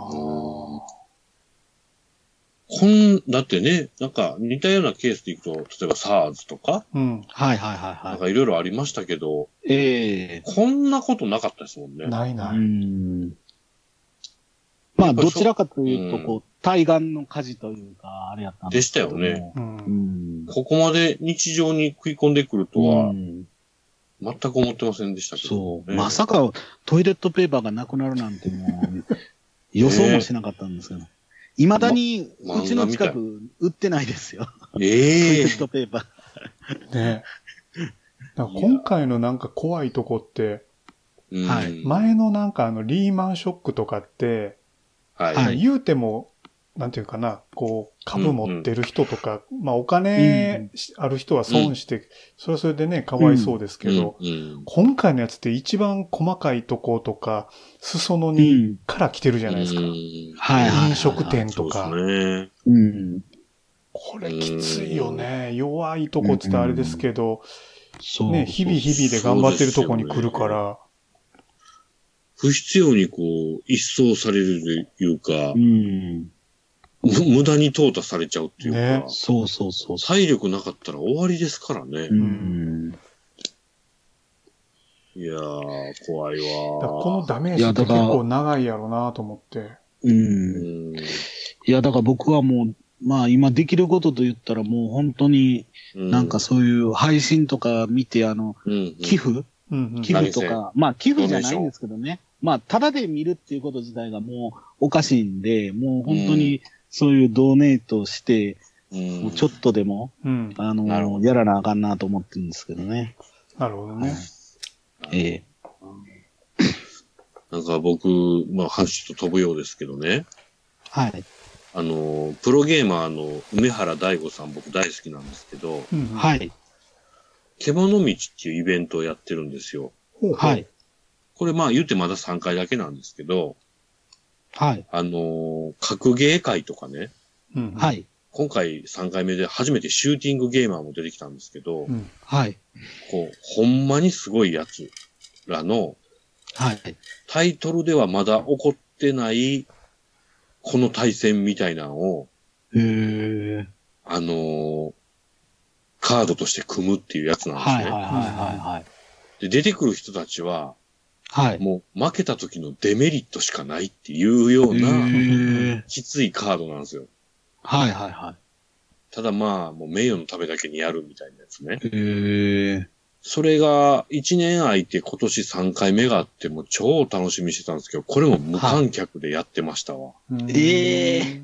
[SPEAKER 2] こん、だってね、なんか似たようなケースでいくと、例えば SARS とか、
[SPEAKER 4] うん。
[SPEAKER 3] はいはいは
[SPEAKER 2] なん
[SPEAKER 3] いはい。
[SPEAKER 2] かいろいろありましたけど、
[SPEAKER 3] ええ
[SPEAKER 2] こんなことなかったですもんね。
[SPEAKER 4] ないな
[SPEAKER 3] う
[SPEAKER 4] い。
[SPEAKER 3] ん。ま
[SPEAKER 2] や
[SPEAKER 3] あ、
[SPEAKER 2] っぱり
[SPEAKER 3] ど
[SPEAKER 2] そ
[SPEAKER 3] ちらかというと、
[SPEAKER 2] うん
[SPEAKER 3] こう、対岸の火事というか、あれやったんですけども
[SPEAKER 2] でしたよ。
[SPEAKER 3] う
[SPEAKER 4] う。
[SPEAKER 3] んん。
[SPEAKER 2] ここまで日常に食い込んでくると
[SPEAKER 3] う
[SPEAKER 2] は、
[SPEAKER 3] ん
[SPEAKER 2] 全く思ってませんでしたけど、
[SPEAKER 3] そう。まさかトイレットペーパーがなくなるなんてもう、予想もしなかったんですけど。いまだに、
[SPEAKER 2] ま
[SPEAKER 3] うちの近く、売ってないですよ。トイ
[SPEAKER 2] ええ
[SPEAKER 3] レットペーパー。
[SPEAKER 4] ね。だから今回のなんか怖いとこって、
[SPEAKER 2] うん
[SPEAKER 3] はい
[SPEAKER 4] 前のなんかあのリーマンショックとかって、
[SPEAKER 2] はい。
[SPEAKER 3] はい
[SPEAKER 4] 言うても、なんていうかな、こう、株持ってる人とか、まあお金しある人は損して、それはそれでね、かわいそうですけど、
[SPEAKER 2] うんうん
[SPEAKER 4] 今回のやつって一番細かいとことか、裾野
[SPEAKER 3] う
[SPEAKER 4] に
[SPEAKER 3] ん。
[SPEAKER 4] から来てるじゃないですか。
[SPEAKER 2] うん
[SPEAKER 3] はいはい。
[SPEAKER 4] 飲食店
[SPEAKER 2] そ
[SPEAKER 4] と
[SPEAKER 2] うで
[SPEAKER 4] か。
[SPEAKER 2] すね。
[SPEAKER 3] うん。
[SPEAKER 4] これきついよね。弱いとこっつったらあれですけど、
[SPEAKER 3] そう。
[SPEAKER 4] ね、日々日々で頑張ってるとこに来るから、
[SPEAKER 2] 不必要にこう、一掃されるというか、
[SPEAKER 3] うん。
[SPEAKER 2] む無駄に淘汰されちゃうっていうか、
[SPEAKER 4] ね
[SPEAKER 3] そうそうそうそ
[SPEAKER 2] 体力なかったら終わりですからね。
[SPEAKER 3] う。うん。
[SPEAKER 2] いやー、怖い
[SPEAKER 4] だ
[SPEAKER 2] わ
[SPEAKER 4] から
[SPEAKER 2] ー。
[SPEAKER 4] このダメージって結構長いやろうなと思って。
[SPEAKER 3] うん。
[SPEAKER 2] うん
[SPEAKER 3] いや、だから僕はもう、まあ今できることと言ったらもう本当になんか、そういう配信とか見て、あの、
[SPEAKER 2] うんうん
[SPEAKER 3] 寄付
[SPEAKER 4] うんうん。
[SPEAKER 3] 寄付と
[SPEAKER 2] 何
[SPEAKER 3] か、まあ寄付じゃないんですけどね。まあ、ただで見るっていうこと自体がもうおかしいんで、もう本当にそういうドネートして、
[SPEAKER 2] うん
[SPEAKER 3] もうちょっとでも、
[SPEAKER 4] うん。
[SPEAKER 3] あ
[SPEAKER 2] なるほ
[SPEAKER 3] の、やらなあかんなと思ってるんですけどね。
[SPEAKER 4] なるほどね。
[SPEAKER 3] ええ。
[SPEAKER 2] なんか僕、まあ話ちょっと飛ぶようですけどね。
[SPEAKER 3] はい。
[SPEAKER 2] あの、プロゲーマーの梅原大吾さん僕大好きなんですけど、
[SPEAKER 4] うんうん
[SPEAKER 3] はい。
[SPEAKER 2] 獣道っていうイベントをやってるんですよ。
[SPEAKER 4] ほうほう
[SPEAKER 3] はい。
[SPEAKER 2] これまあ言ってまだ3回だけなんですけど、
[SPEAKER 3] はい。
[SPEAKER 2] あの、格ゲー会とかね、
[SPEAKER 4] うんうん
[SPEAKER 3] は。い。
[SPEAKER 2] 今回3回目で初めてシューティングゲーマーも出てきたんですけど、
[SPEAKER 4] うん
[SPEAKER 3] はい。
[SPEAKER 2] こう、ほんまにすごいやつらの
[SPEAKER 3] はい。
[SPEAKER 2] タイトルではまだ起こってない、この対戦みたいなのを、
[SPEAKER 3] へえ。
[SPEAKER 2] あのーカードとして組むっていうやつなんですね。
[SPEAKER 3] はいはいはいはいはい。
[SPEAKER 2] で、出てくる人たちは、
[SPEAKER 3] はい。
[SPEAKER 2] もう負けた時のデメリットしかないっていうよう
[SPEAKER 3] へ
[SPEAKER 2] な、
[SPEAKER 3] ー
[SPEAKER 2] きついカードなんですよ。
[SPEAKER 3] はいはいは
[SPEAKER 2] ただまあ、もう名誉のためだけにやるみたいなやつね。
[SPEAKER 3] い。へえ。
[SPEAKER 2] それが、1年空いて今年3回目があって、もう超楽しみにしてたんですけど、これも無観客でやってましたわ。
[SPEAKER 4] うん
[SPEAKER 3] ええ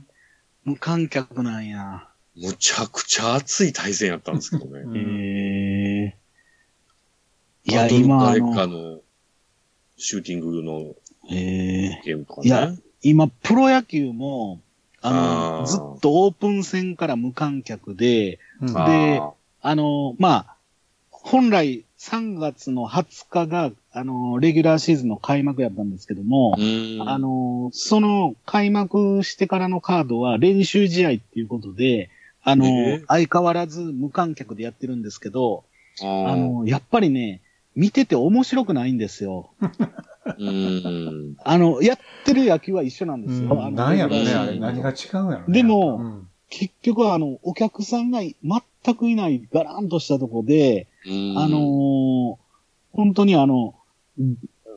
[SPEAKER 3] 無観客なんや。
[SPEAKER 2] むちゃくちゃ熱い対戦やったんですけど
[SPEAKER 4] う
[SPEAKER 2] ね。
[SPEAKER 4] ん
[SPEAKER 3] へえ。い
[SPEAKER 2] い
[SPEAKER 3] や、今、あ
[SPEAKER 2] 誰か
[SPEAKER 3] の、
[SPEAKER 2] の、シューティングの
[SPEAKER 3] ええ
[SPEAKER 2] ゲームとか
[SPEAKER 3] いや
[SPEAKER 2] ね。
[SPEAKER 3] 今、プロ野球も、
[SPEAKER 2] あ
[SPEAKER 3] あ
[SPEAKER 2] ー
[SPEAKER 3] の、ずっとオープン戦から無観客で、
[SPEAKER 4] うん
[SPEAKER 2] あ
[SPEAKER 3] で
[SPEAKER 2] ー
[SPEAKER 3] あの、まあ、本来3月の20日が、あの、レギュラーシーズンの開幕やったんですけども、
[SPEAKER 2] うん。
[SPEAKER 3] あの、その開幕してからのカードは練習試合っていうことで、あの、
[SPEAKER 2] ええ
[SPEAKER 3] 相変わらず無観客でやってるんですけど、
[SPEAKER 2] あ
[SPEAKER 3] あ
[SPEAKER 2] の、
[SPEAKER 3] の、やっぱりね、見てて面白くないんですよ。
[SPEAKER 2] うん。
[SPEAKER 3] あの、やってる野球は一緒なん
[SPEAKER 4] う
[SPEAKER 3] ですよ。あの
[SPEAKER 4] んなんやろね、
[SPEAKER 2] うん
[SPEAKER 4] あれ。何が違うんやろね。
[SPEAKER 3] でも
[SPEAKER 4] うん
[SPEAKER 3] 結局は、あの、お客さんが全くいない、ガランとしたとこで、
[SPEAKER 2] うん
[SPEAKER 3] あのー本当にあの、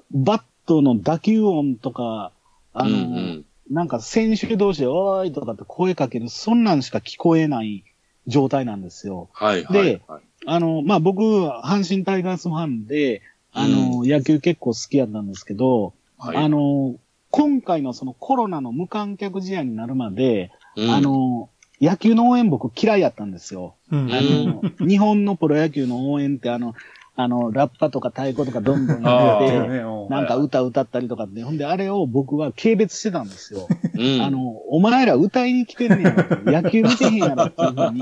[SPEAKER 3] バットの打球音とか、あのー
[SPEAKER 2] うんうん
[SPEAKER 3] なんか選手同士で、おーいとかって声かける、そんなんしか聞こえない状態なんですよ。
[SPEAKER 2] はいはいはい。
[SPEAKER 3] あの、まあ、僕、阪神タイガースファンで、あのー野球結構好きやったんですけど、
[SPEAKER 2] はい
[SPEAKER 3] あのー今回のそのコロナの無観客試合になるまで、
[SPEAKER 2] うん
[SPEAKER 3] あ、の、野球の応援僕嫌いやったんですよ。
[SPEAKER 4] うん
[SPEAKER 3] あの、日本のプロ野球の応援ってあの、あの、ラッパとか太鼓とかどんどんや
[SPEAKER 2] あ
[SPEAKER 3] っ
[SPEAKER 2] ー
[SPEAKER 4] やっ
[SPEAKER 3] て、
[SPEAKER 4] ててるねうん
[SPEAKER 3] なんか歌歌ったりとかって、ほんであれを僕は軽蔑してたんですよ。
[SPEAKER 2] うん
[SPEAKER 3] あ、の、お前ら歌いに来てんねん野球見てへんやろっていうふ うに、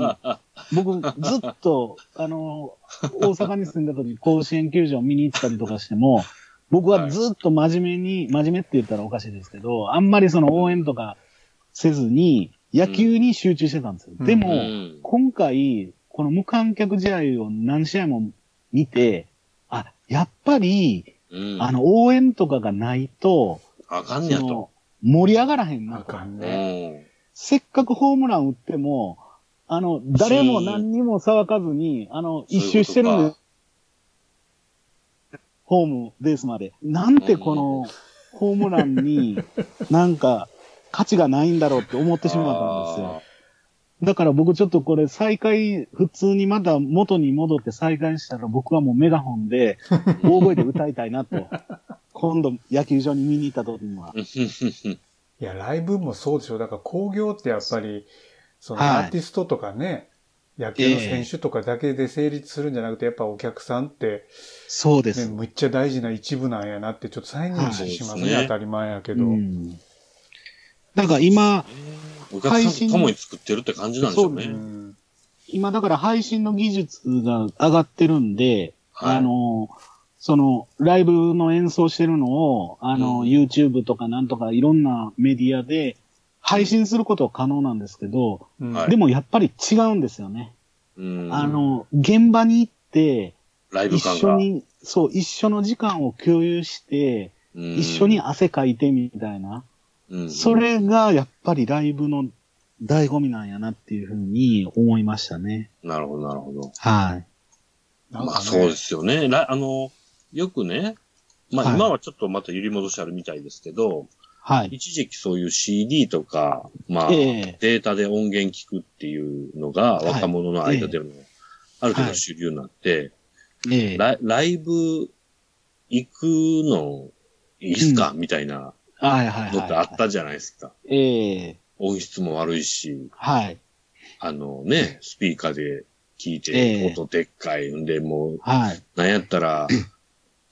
[SPEAKER 3] 僕ずっと、あの、大阪に住んだ時甲子園球場見に行ったりとかしても、僕はずっと真面目に、真面目って言ったらおかしいですけど、あんまりその応援とかせずに、野球に集中してたんですよ。
[SPEAKER 4] うん
[SPEAKER 3] で
[SPEAKER 2] う
[SPEAKER 3] も、
[SPEAKER 2] ん
[SPEAKER 3] 今回、この無観客試合を何試合も見て、あ、やっぱり、
[SPEAKER 2] うん、
[SPEAKER 3] あの、応援とかがないと、
[SPEAKER 2] あかん
[SPEAKER 3] そ
[SPEAKER 2] ねやと。
[SPEAKER 3] の、盛り上がらへんな
[SPEAKER 4] あ
[SPEAKER 3] と。
[SPEAKER 4] かん
[SPEAKER 2] う
[SPEAKER 4] ね。
[SPEAKER 2] ん
[SPEAKER 3] せっかくホームラン打っても、あの、誰も何にも騒かずに、あの、
[SPEAKER 2] そういう
[SPEAKER 3] 一
[SPEAKER 2] こと
[SPEAKER 3] 周してるんで
[SPEAKER 2] か、
[SPEAKER 3] ホーム、ベースまで。なんてこの、ホームランに、なんか、価値がないんだろうって思ってしまったんですよ。だから僕ちょっとこれ再開、普通にまた元に戻って再開したら僕はもうメガホンで大声で歌いたい なと。今度野球場に見に行った時には。
[SPEAKER 2] ですよ。
[SPEAKER 4] いや、ライブもそうでしょ。だから興行ってやっぱり、その
[SPEAKER 3] はい
[SPEAKER 4] アーティストとかね、野球の選手とかだけで成立するんじゃなくて、やっぱお客さんって、
[SPEAKER 3] そうで
[SPEAKER 4] ね、
[SPEAKER 3] す。
[SPEAKER 4] むっちゃ大事な一部なんやなって、ちょっと再認識しますね。
[SPEAKER 2] はい
[SPEAKER 4] 当たり前やけ
[SPEAKER 3] う
[SPEAKER 4] ど。
[SPEAKER 3] ん。だから今、
[SPEAKER 2] お客さんと共に作ってるって感じなんでしょう
[SPEAKER 4] う
[SPEAKER 2] ね。
[SPEAKER 4] ん
[SPEAKER 3] 今だから配信の技術が上がってるんで、
[SPEAKER 2] はい
[SPEAKER 3] あの、その、ライブの演奏してるのを、あの、
[SPEAKER 2] うん
[SPEAKER 3] YouTube とかなんとかいろんなメディアで配信することは可能なんですけど、
[SPEAKER 4] うん
[SPEAKER 2] はい
[SPEAKER 3] でもやっぱり違うんですよね。
[SPEAKER 2] うん
[SPEAKER 3] あの、現場に行って、
[SPEAKER 2] ライブ
[SPEAKER 3] 一
[SPEAKER 2] 感
[SPEAKER 3] 緒
[SPEAKER 2] が。
[SPEAKER 3] に、そう、一緒の時間を共有して、
[SPEAKER 2] うん
[SPEAKER 3] 一緒に、汗かいてみたいな。
[SPEAKER 2] うん
[SPEAKER 3] それがやっぱりライブの醍醐味なんやなっていうふうに思いましたね。
[SPEAKER 2] なるほど、なるほど。
[SPEAKER 3] はい。
[SPEAKER 4] なん
[SPEAKER 2] ま
[SPEAKER 4] か
[SPEAKER 2] あ
[SPEAKER 4] ね
[SPEAKER 2] そうですよね。らあの、よくね、ま
[SPEAKER 3] は
[SPEAKER 2] あ
[SPEAKER 3] い
[SPEAKER 2] 今はちょっとまた揺り戻しあるみたいですけど、
[SPEAKER 3] はい。
[SPEAKER 2] 一時期そういう CD とか、まあ、
[SPEAKER 3] ええ
[SPEAKER 2] データで音源聞くっていうのが
[SPEAKER 3] はい
[SPEAKER 2] 若者の間でも、ある程
[SPEAKER 3] は
[SPEAKER 2] 度
[SPEAKER 3] い
[SPEAKER 2] 主流になって、
[SPEAKER 3] ええ
[SPEAKER 2] ライライブ行くのいいっすか、みたいな
[SPEAKER 3] はいはいはい
[SPEAKER 2] のっ
[SPEAKER 3] はい。
[SPEAKER 2] てあったじゃないですか。
[SPEAKER 3] ええ
[SPEAKER 2] 音質も悪いし、
[SPEAKER 3] はい。
[SPEAKER 2] あのね、スピーカーで聞い
[SPEAKER 3] え
[SPEAKER 2] て
[SPEAKER 3] え、
[SPEAKER 2] 音でっかいんで、もう
[SPEAKER 3] はい。
[SPEAKER 2] なんやったら、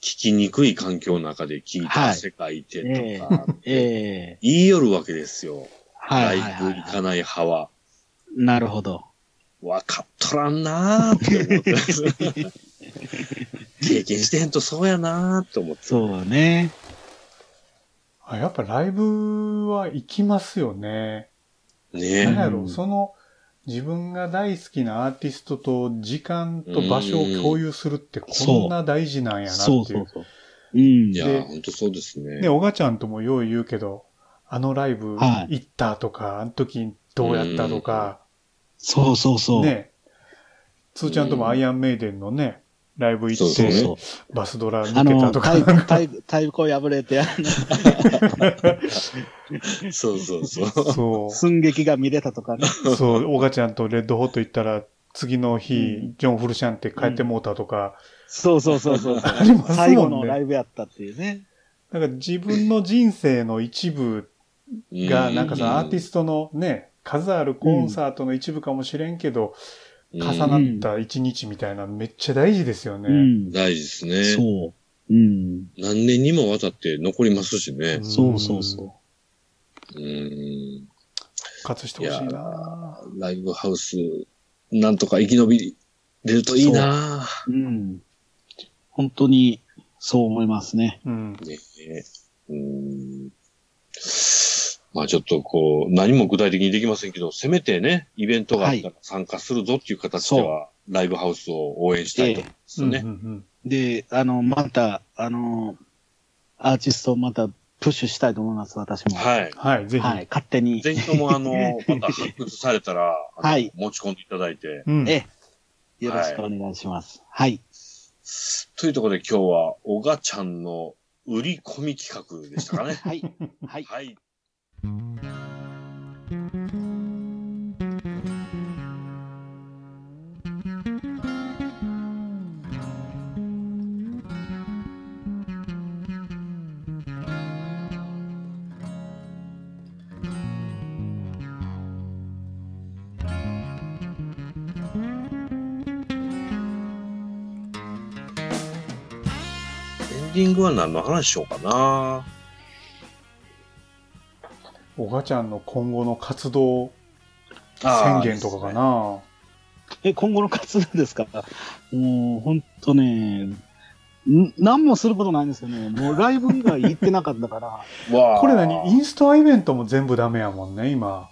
[SPEAKER 2] 聞きにくい環境の中で聞い
[SPEAKER 3] は
[SPEAKER 2] た
[SPEAKER 3] い
[SPEAKER 2] 世界いてとか、
[SPEAKER 3] ええ
[SPEAKER 2] 言い寄るわけですよ。
[SPEAKER 3] はいはい
[SPEAKER 2] ライブ
[SPEAKER 3] はい
[SPEAKER 2] 行
[SPEAKER 3] は
[SPEAKER 2] かない派は。
[SPEAKER 3] い。なるほ ど。
[SPEAKER 2] わかっとらんなーって思ってます。経験してへんとそうやなーって思って。
[SPEAKER 3] そうね。
[SPEAKER 4] あやっぱライブは行きますよね。なん
[SPEAKER 2] ね
[SPEAKER 4] やろ
[SPEAKER 3] う
[SPEAKER 4] う、
[SPEAKER 3] ん
[SPEAKER 4] その自分が大好きなアーティストと時間と場所を共有するってこんな大事なんやなってい。
[SPEAKER 3] そううそうそう。うん
[SPEAKER 2] い。や
[SPEAKER 4] で
[SPEAKER 2] ー、ほんとそうです
[SPEAKER 4] ね、
[SPEAKER 2] ね。
[SPEAKER 4] おがちゃんともよう言うけど、あのライブ
[SPEAKER 3] は
[SPEAKER 4] 行ったとか、あの時どうやったとか、
[SPEAKER 3] そうそうそう。
[SPEAKER 4] ね、つーちゃんともアイアンメイデンのね、ライブ行
[SPEAKER 2] そう
[SPEAKER 4] っ
[SPEAKER 2] そ
[SPEAKER 3] そうう
[SPEAKER 4] て、
[SPEAKER 3] そう。
[SPEAKER 4] バスドラ
[SPEAKER 3] あ
[SPEAKER 4] 抜け
[SPEAKER 3] の、
[SPEAKER 4] たと
[SPEAKER 3] 太
[SPEAKER 4] か、
[SPEAKER 3] 鼓、太鼓太鼓破れて、あ
[SPEAKER 2] そうそうそう。
[SPEAKER 4] そ
[SPEAKER 3] の、寸劇が見れたと かね。
[SPEAKER 4] う、そう、おがちゃんとレッドホット行ったら、次の日、
[SPEAKER 3] うん
[SPEAKER 4] ジョン・フルシャンって帰ってもうたとか、
[SPEAKER 3] そうそうそうそう。
[SPEAKER 4] ありますもんね
[SPEAKER 3] 最後のライブやったっていうね。
[SPEAKER 4] なんか自分の人生の一部 が、なんかさ、アーティ
[SPEAKER 2] ス
[SPEAKER 4] ストのね、数あるコンサートの一部かもしれんけど、
[SPEAKER 2] ト
[SPEAKER 4] 重なった一日みたいな、めっちゃ大事ですよね。。
[SPEAKER 3] うん。
[SPEAKER 2] 大事ですね。
[SPEAKER 3] そう。うん。
[SPEAKER 2] 何年にもわたって残りますしね。
[SPEAKER 3] そうそうそう
[SPEAKER 2] うん。
[SPEAKER 4] 復活してほしいな
[SPEAKER 2] ライブハウス、なんとか生き延びれるといいなぁ
[SPEAKER 3] う。うん。本当に、そう思いますね。
[SPEAKER 4] うん。
[SPEAKER 2] ねえうんまあちょっとこう、何も具体的にできませんけど、せめてね、イベントがあったら参加するぞっていう形では、ライブハウスを応援したいと思うんですよね。
[SPEAKER 4] うんうん
[SPEAKER 3] で、あの、また、あの、アーティストをまたプッシュしたいと思います、私も。
[SPEAKER 2] はい。
[SPEAKER 4] うんはい、ぜひ。
[SPEAKER 3] はい、勝手に。
[SPEAKER 2] ぜひとも、あ の、また発掘されたら、あの
[SPEAKER 3] はい
[SPEAKER 2] 持ち込んでいただいて。
[SPEAKER 4] うん
[SPEAKER 3] えよろしくお願いします。はい。。
[SPEAKER 2] というところで今日は、小賀ちゃんの売り込み企画でしたかね
[SPEAKER 3] はい。はい。
[SPEAKER 2] はい。エンディングは何の話しようかな
[SPEAKER 4] おがちゃんの今後の活動
[SPEAKER 2] あ
[SPEAKER 4] 宣
[SPEAKER 2] ー
[SPEAKER 4] 言とかか。な
[SPEAKER 3] え、今後の活動ですかもう、ほんとね、ん何もすることないんですよね。もうライブ以外行ってなかった から、
[SPEAKER 2] ですねわあ
[SPEAKER 4] これ何インストアイベントも全部ダメやもんね、今。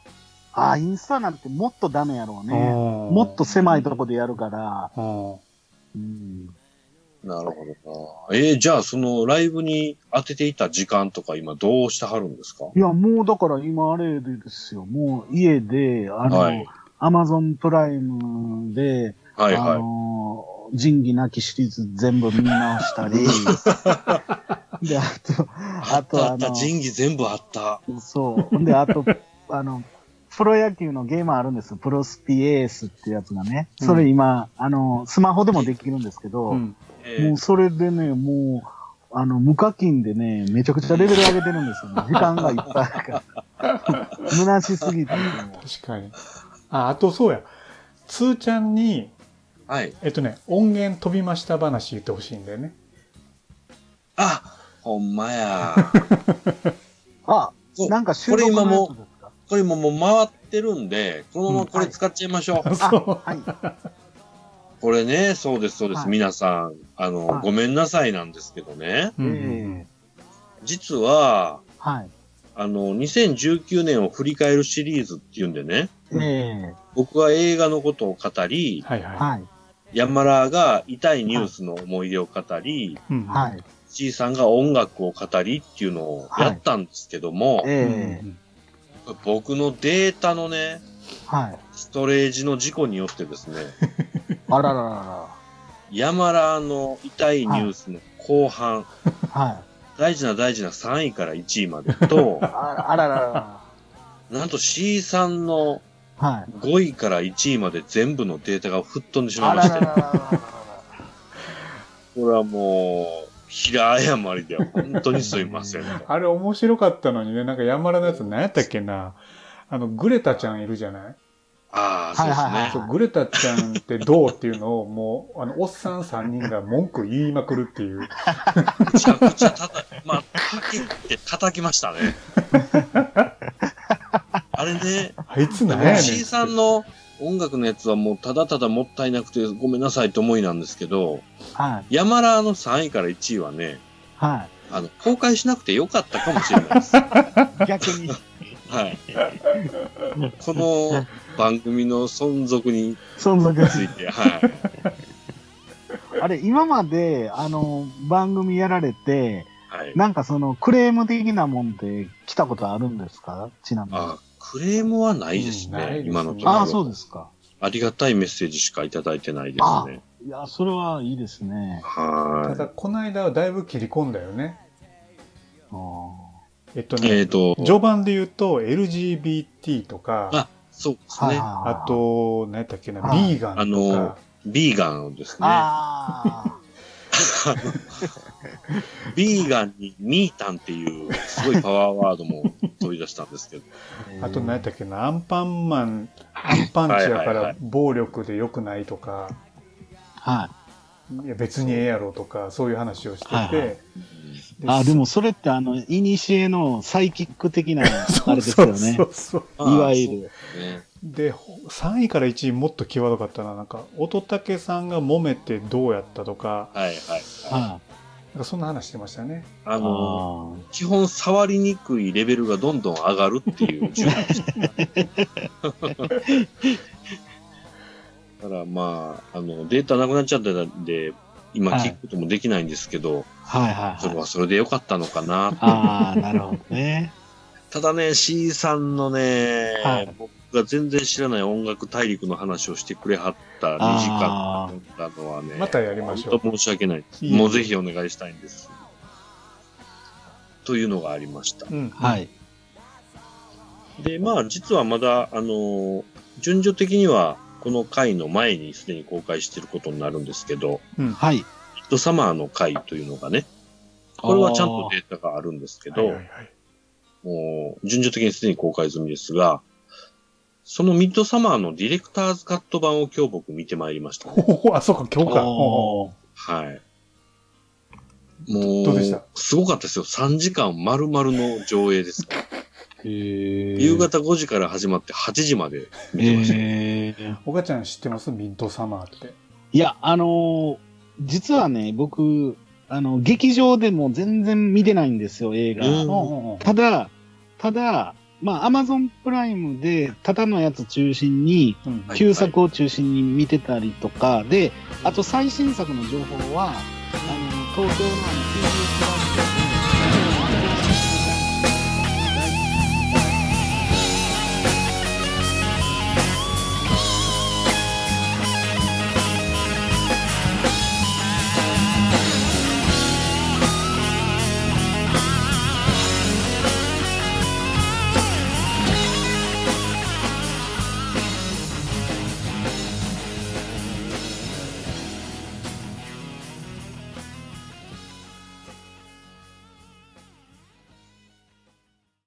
[SPEAKER 3] ああ、インスタなんてもっとダメやろうね。も
[SPEAKER 4] も
[SPEAKER 3] っと狭いとこでやるから、
[SPEAKER 4] と。
[SPEAKER 3] うん、
[SPEAKER 2] なるほどな。えーじゃあそのライブに当てていた時間とか今どうしてはるんですか
[SPEAKER 3] いや、もうだから今あれですよ。もう家で、あの、
[SPEAKER 2] はい
[SPEAKER 3] アマゾンプライムで、
[SPEAKER 2] はい
[SPEAKER 3] あ
[SPEAKER 2] はい。
[SPEAKER 3] のー仁義なきシリーズ全部見直したり、 で、あと、
[SPEAKER 2] あ
[SPEAKER 3] あ
[SPEAKER 2] っ
[SPEAKER 3] と
[SPEAKER 2] た
[SPEAKER 3] あ
[SPEAKER 2] あった、
[SPEAKER 3] の、
[SPEAKER 2] 仁義全部あった。
[SPEAKER 3] そう。ほんで、あと、あの、プロ野球のゲームあるんですよ。プロスピエースっていうやつがね。それ今、あの、スマホでもできるんですけど、
[SPEAKER 4] うん。
[SPEAKER 2] え
[SPEAKER 3] も
[SPEAKER 2] ー
[SPEAKER 3] うそれでね、もう、あの、無課金でね、めちゃくちゃレベル上げてるんです よ、ね。時間がいっぱいあるから。 虚しすぎて。
[SPEAKER 4] 確かに。あ、あとそうや。つーちゃんに、
[SPEAKER 2] はい。
[SPEAKER 4] えっとね、音源飛びました話言ってほしいんだよね。
[SPEAKER 2] あほんま や。
[SPEAKER 3] あ、
[SPEAKER 2] そう
[SPEAKER 3] なんか収録
[SPEAKER 2] これ今
[SPEAKER 3] のや
[SPEAKER 2] も
[SPEAKER 3] つですか
[SPEAKER 2] これもうもう回ってるんで、このままこ
[SPEAKER 3] う
[SPEAKER 2] れ
[SPEAKER 3] ん
[SPEAKER 2] 使っちゃいましょう。
[SPEAKER 4] あ そ
[SPEAKER 3] はい。
[SPEAKER 2] これね、そうです、そうです。
[SPEAKER 3] はい
[SPEAKER 2] 皆さん、あの、
[SPEAKER 3] はい
[SPEAKER 2] ごめんなさいなんですけどね。
[SPEAKER 4] う。
[SPEAKER 3] ええ
[SPEAKER 4] うん
[SPEAKER 2] 実は、
[SPEAKER 3] はい。
[SPEAKER 2] あの、2019年を振り返るシリーズっていうんでね、
[SPEAKER 3] ええ
[SPEAKER 2] 僕は映画のことを語り、
[SPEAKER 4] はいは
[SPEAKER 3] はい。
[SPEAKER 2] 山田が痛いニュースの思い出を語り、
[SPEAKER 4] い。うん
[SPEAKER 3] は。い。
[SPEAKER 2] C さんが音楽を語りっていうのをやったんですけども、
[SPEAKER 3] ええ
[SPEAKER 4] うん
[SPEAKER 2] 僕のデータのね、
[SPEAKER 3] はい。
[SPEAKER 2] ストレージの事故によってですね、
[SPEAKER 3] あらららら
[SPEAKER 2] 山田の痛いニュースの後半、
[SPEAKER 3] ら。はい。、
[SPEAKER 2] 大事な大事な3位から1位までと
[SPEAKER 3] ああらららら。
[SPEAKER 2] なんと C さんの
[SPEAKER 3] はい。
[SPEAKER 2] 5位から1位まで全部のデータが吹っ飛んでしま
[SPEAKER 3] あ
[SPEAKER 2] いま
[SPEAKER 3] ら
[SPEAKER 2] し
[SPEAKER 3] らら
[SPEAKER 2] て、
[SPEAKER 3] ららら
[SPEAKER 2] これはもう、平謝りで本当にすいませんと。
[SPEAKER 4] あれ面白かったのにね、なんか山田のやつ何やったっけな。あの、グレタちゃんいるじゃない
[SPEAKER 2] ああ、そう
[SPEAKER 3] はいはいは
[SPEAKER 2] で
[SPEAKER 3] い
[SPEAKER 2] す
[SPEAKER 4] そ
[SPEAKER 2] ね。
[SPEAKER 4] う、グレタちゃんってどうっていうのをもう、あの、おっさん3人が文句言いまくるっていう。
[SPEAKER 2] めちゃくちゃ叩き、まあ、叩きって叩きましたね。あれね、
[SPEAKER 4] あいつ
[SPEAKER 2] で
[SPEAKER 4] 何や
[SPEAKER 2] も
[SPEAKER 4] ねん。
[SPEAKER 2] C さんの音楽のやつはもうただただもったいなくてごめんなさいと思いなんですけど、
[SPEAKER 3] はい。
[SPEAKER 2] ヤマラの3位から1位はね、
[SPEAKER 3] は
[SPEAKER 2] あの、公開しなくてよかったかもしれないです。
[SPEAKER 3] い。逆に。
[SPEAKER 2] はい。この番組の存続に
[SPEAKER 3] 存続
[SPEAKER 2] ついて、はい。
[SPEAKER 3] あれ、今まで、あの、番組やられて、
[SPEAKER 2] はい。
[SPEAKER 3] なんかその、クレーム的なもんで来たことあるんですかちなみに。
[SPEAKER 2] あクレームはないですね、
[SPEAKER 4] うんないですね
[SPEAKER 2] 今のところ。
[SPEAKER 3] ああ、そうですか。
[SPEAKER 2] ありがたいメッセージしかいただいてないで
[SPEAKER 3] あ
[SPEAKER 2] すね。
[SPEAKER 3] いや、それはいいですね。
[SPEAKER 4] ただ、
[SPEAKER 2] は
[SPEAKER 4] この間はだいぶ切り込んだよね。
[SPEAKER 3] あー
[SPEAKER 4] えっと
[SPEAKER 2] い。え
[SPEAKER 4] ね
[SPEAKER 2] っ、、と、
[SPEAKER 4] 序盤で言うと LGBT とか、
[SPEAKER 2] あそうですね。
[SPEAKER 4] あ、と、何やったっけな、
[SPEAKER 3] はい
[SPEAKER 4] ビーガ
[SPEAKER 2] あ
[SPEAKER 4] ンと
[SPEAKER 2] の
[SPEAKER 4] か、、
[SPEAKER 2] ビーガンをですね。
[SPEAKER 3] あ
[SPEAKER 2] ビーガンにミータンっていうすごいパワーワードも飛び出したんですけど。
[SPEAKER 3] ー
[SPEAKER 4] あと何やったっけな、アンパンマン、アンパンチや
[SPEAKER 2] はい
[SPEAKER 4] か
[SPEAKER 2] はいは
[SPEAKER 4] ら
[SPEAKER 2] い
[SPEAKER 4] 暴力で良くないとか、
[SPEAKER 3] はい。
[SPEAKER 4] いや別にええやろとか、そういう話をしてて、
[SPEAKER 3] はいはいあ、でもそれってあの、イニシエのサイキック 的な、あれですよね
[SPEAKER 4] そ。うそうそう
[SPEAKER 2] あー
[SPEAKER 3] いわゆる。
[SPEAKER 2] そうね
[SPEAKER 4] で、3位から1位もっと際どかったな、なんか、乙武さんが揉めてどうやったとか、
[SPEAKER 2] はいはい。
[SPEAKER 3] は
[SPEAKER 4] なんかそんな話してましたね。
[SPEAKER 2] あ
[SPEAKER 3] い。
[SPEAKER 2] の、基本触りにくいレベルがどんどん上がるっていう順番でした。 だからまあ、あの、データなくなっちゃってたんで、今
[SPEAKER 3] はい
[SPEAKER 2] 聞くこともできないんですけど、
[SPEAKER 3] はいはい
[SPEAKER 2] それ
[SPEAKER 3] はい。
[SPEAKER 2] はそれでよかったのかな。
[SPEAKER 3] ああ、なるほど ね。
[SPEAKER 2] ただね、C さんのね、
[SPEAKER 3] はい
[SPEAKER 2] 僕が全然知らない音楽大陸の話をしてくれはった2時間
[SPEAKER 3] あ
[SPEAKER 2] だったのはね、
[SPEAKER 4] またやりましょ
[SPEAKER 2] 本
[SPEAKER 4] う。
[SPEAKER 2] 当申し訳ないです。
[SPEAKER 4] いいよ
[SPEAKER 2] もうぜひお願いしたいんです。というのがありました。
[SPEAKER 4] うん。
[SPEAKER 3] あ、はい。
[SPEAKER 2] で、まあ、実はまだ、あのー順序的には、この回の前にすでに公開していることになるんですけど、
[SPEAKER 4] うん。
[SPEAKER 3] はい。
[SPEAKER 2] ヒットサマーの回というのがね、これはちゃんとデータがあるんですけ
[SPEAKER 4] はい
[SPEAKER 2] ど
[SPEAKER 4] はい、はい
[SPEAKER 2] もう、順序的にすでに公開済みですが、そのミッドサマーのディレクターズカット版を今日僕見てまいりました、ね。
[SPEAKER 4] おお、あ、そうか、今日か。おお
[SPEAKER 3] おー
[SPEAKER 2] はい。もう、
[SPEAKER 4] どうでした
[SPEAKER 2] すごかったですよ。3時間丸々の上映です。夕
[SPEAKER 3] 夕
[SPEAKER 2] 方5時から始まって8時まで見てました。
[SPEAKER 3] えー
[SPEAKER 4] おがちゃん知ってますミントサマーって。
[SPEAKER 3] いや、あのー実はね、僕、あの、劇場でも全然見てないんですよ、映画。
[SPEAKER 2] うん
[SPEAKER 4] おうおうおう
[SPEAKER 3] ただ、ただ、まあ、アマゾンプライムで、ただのやつ中心に、
[SPEAKER 4] うん
[SPEAKER 2] はい
[SPEAKER 3] 旧作を中心に見てたりとか、で、あと最新作の情報は、あの、東京のあの、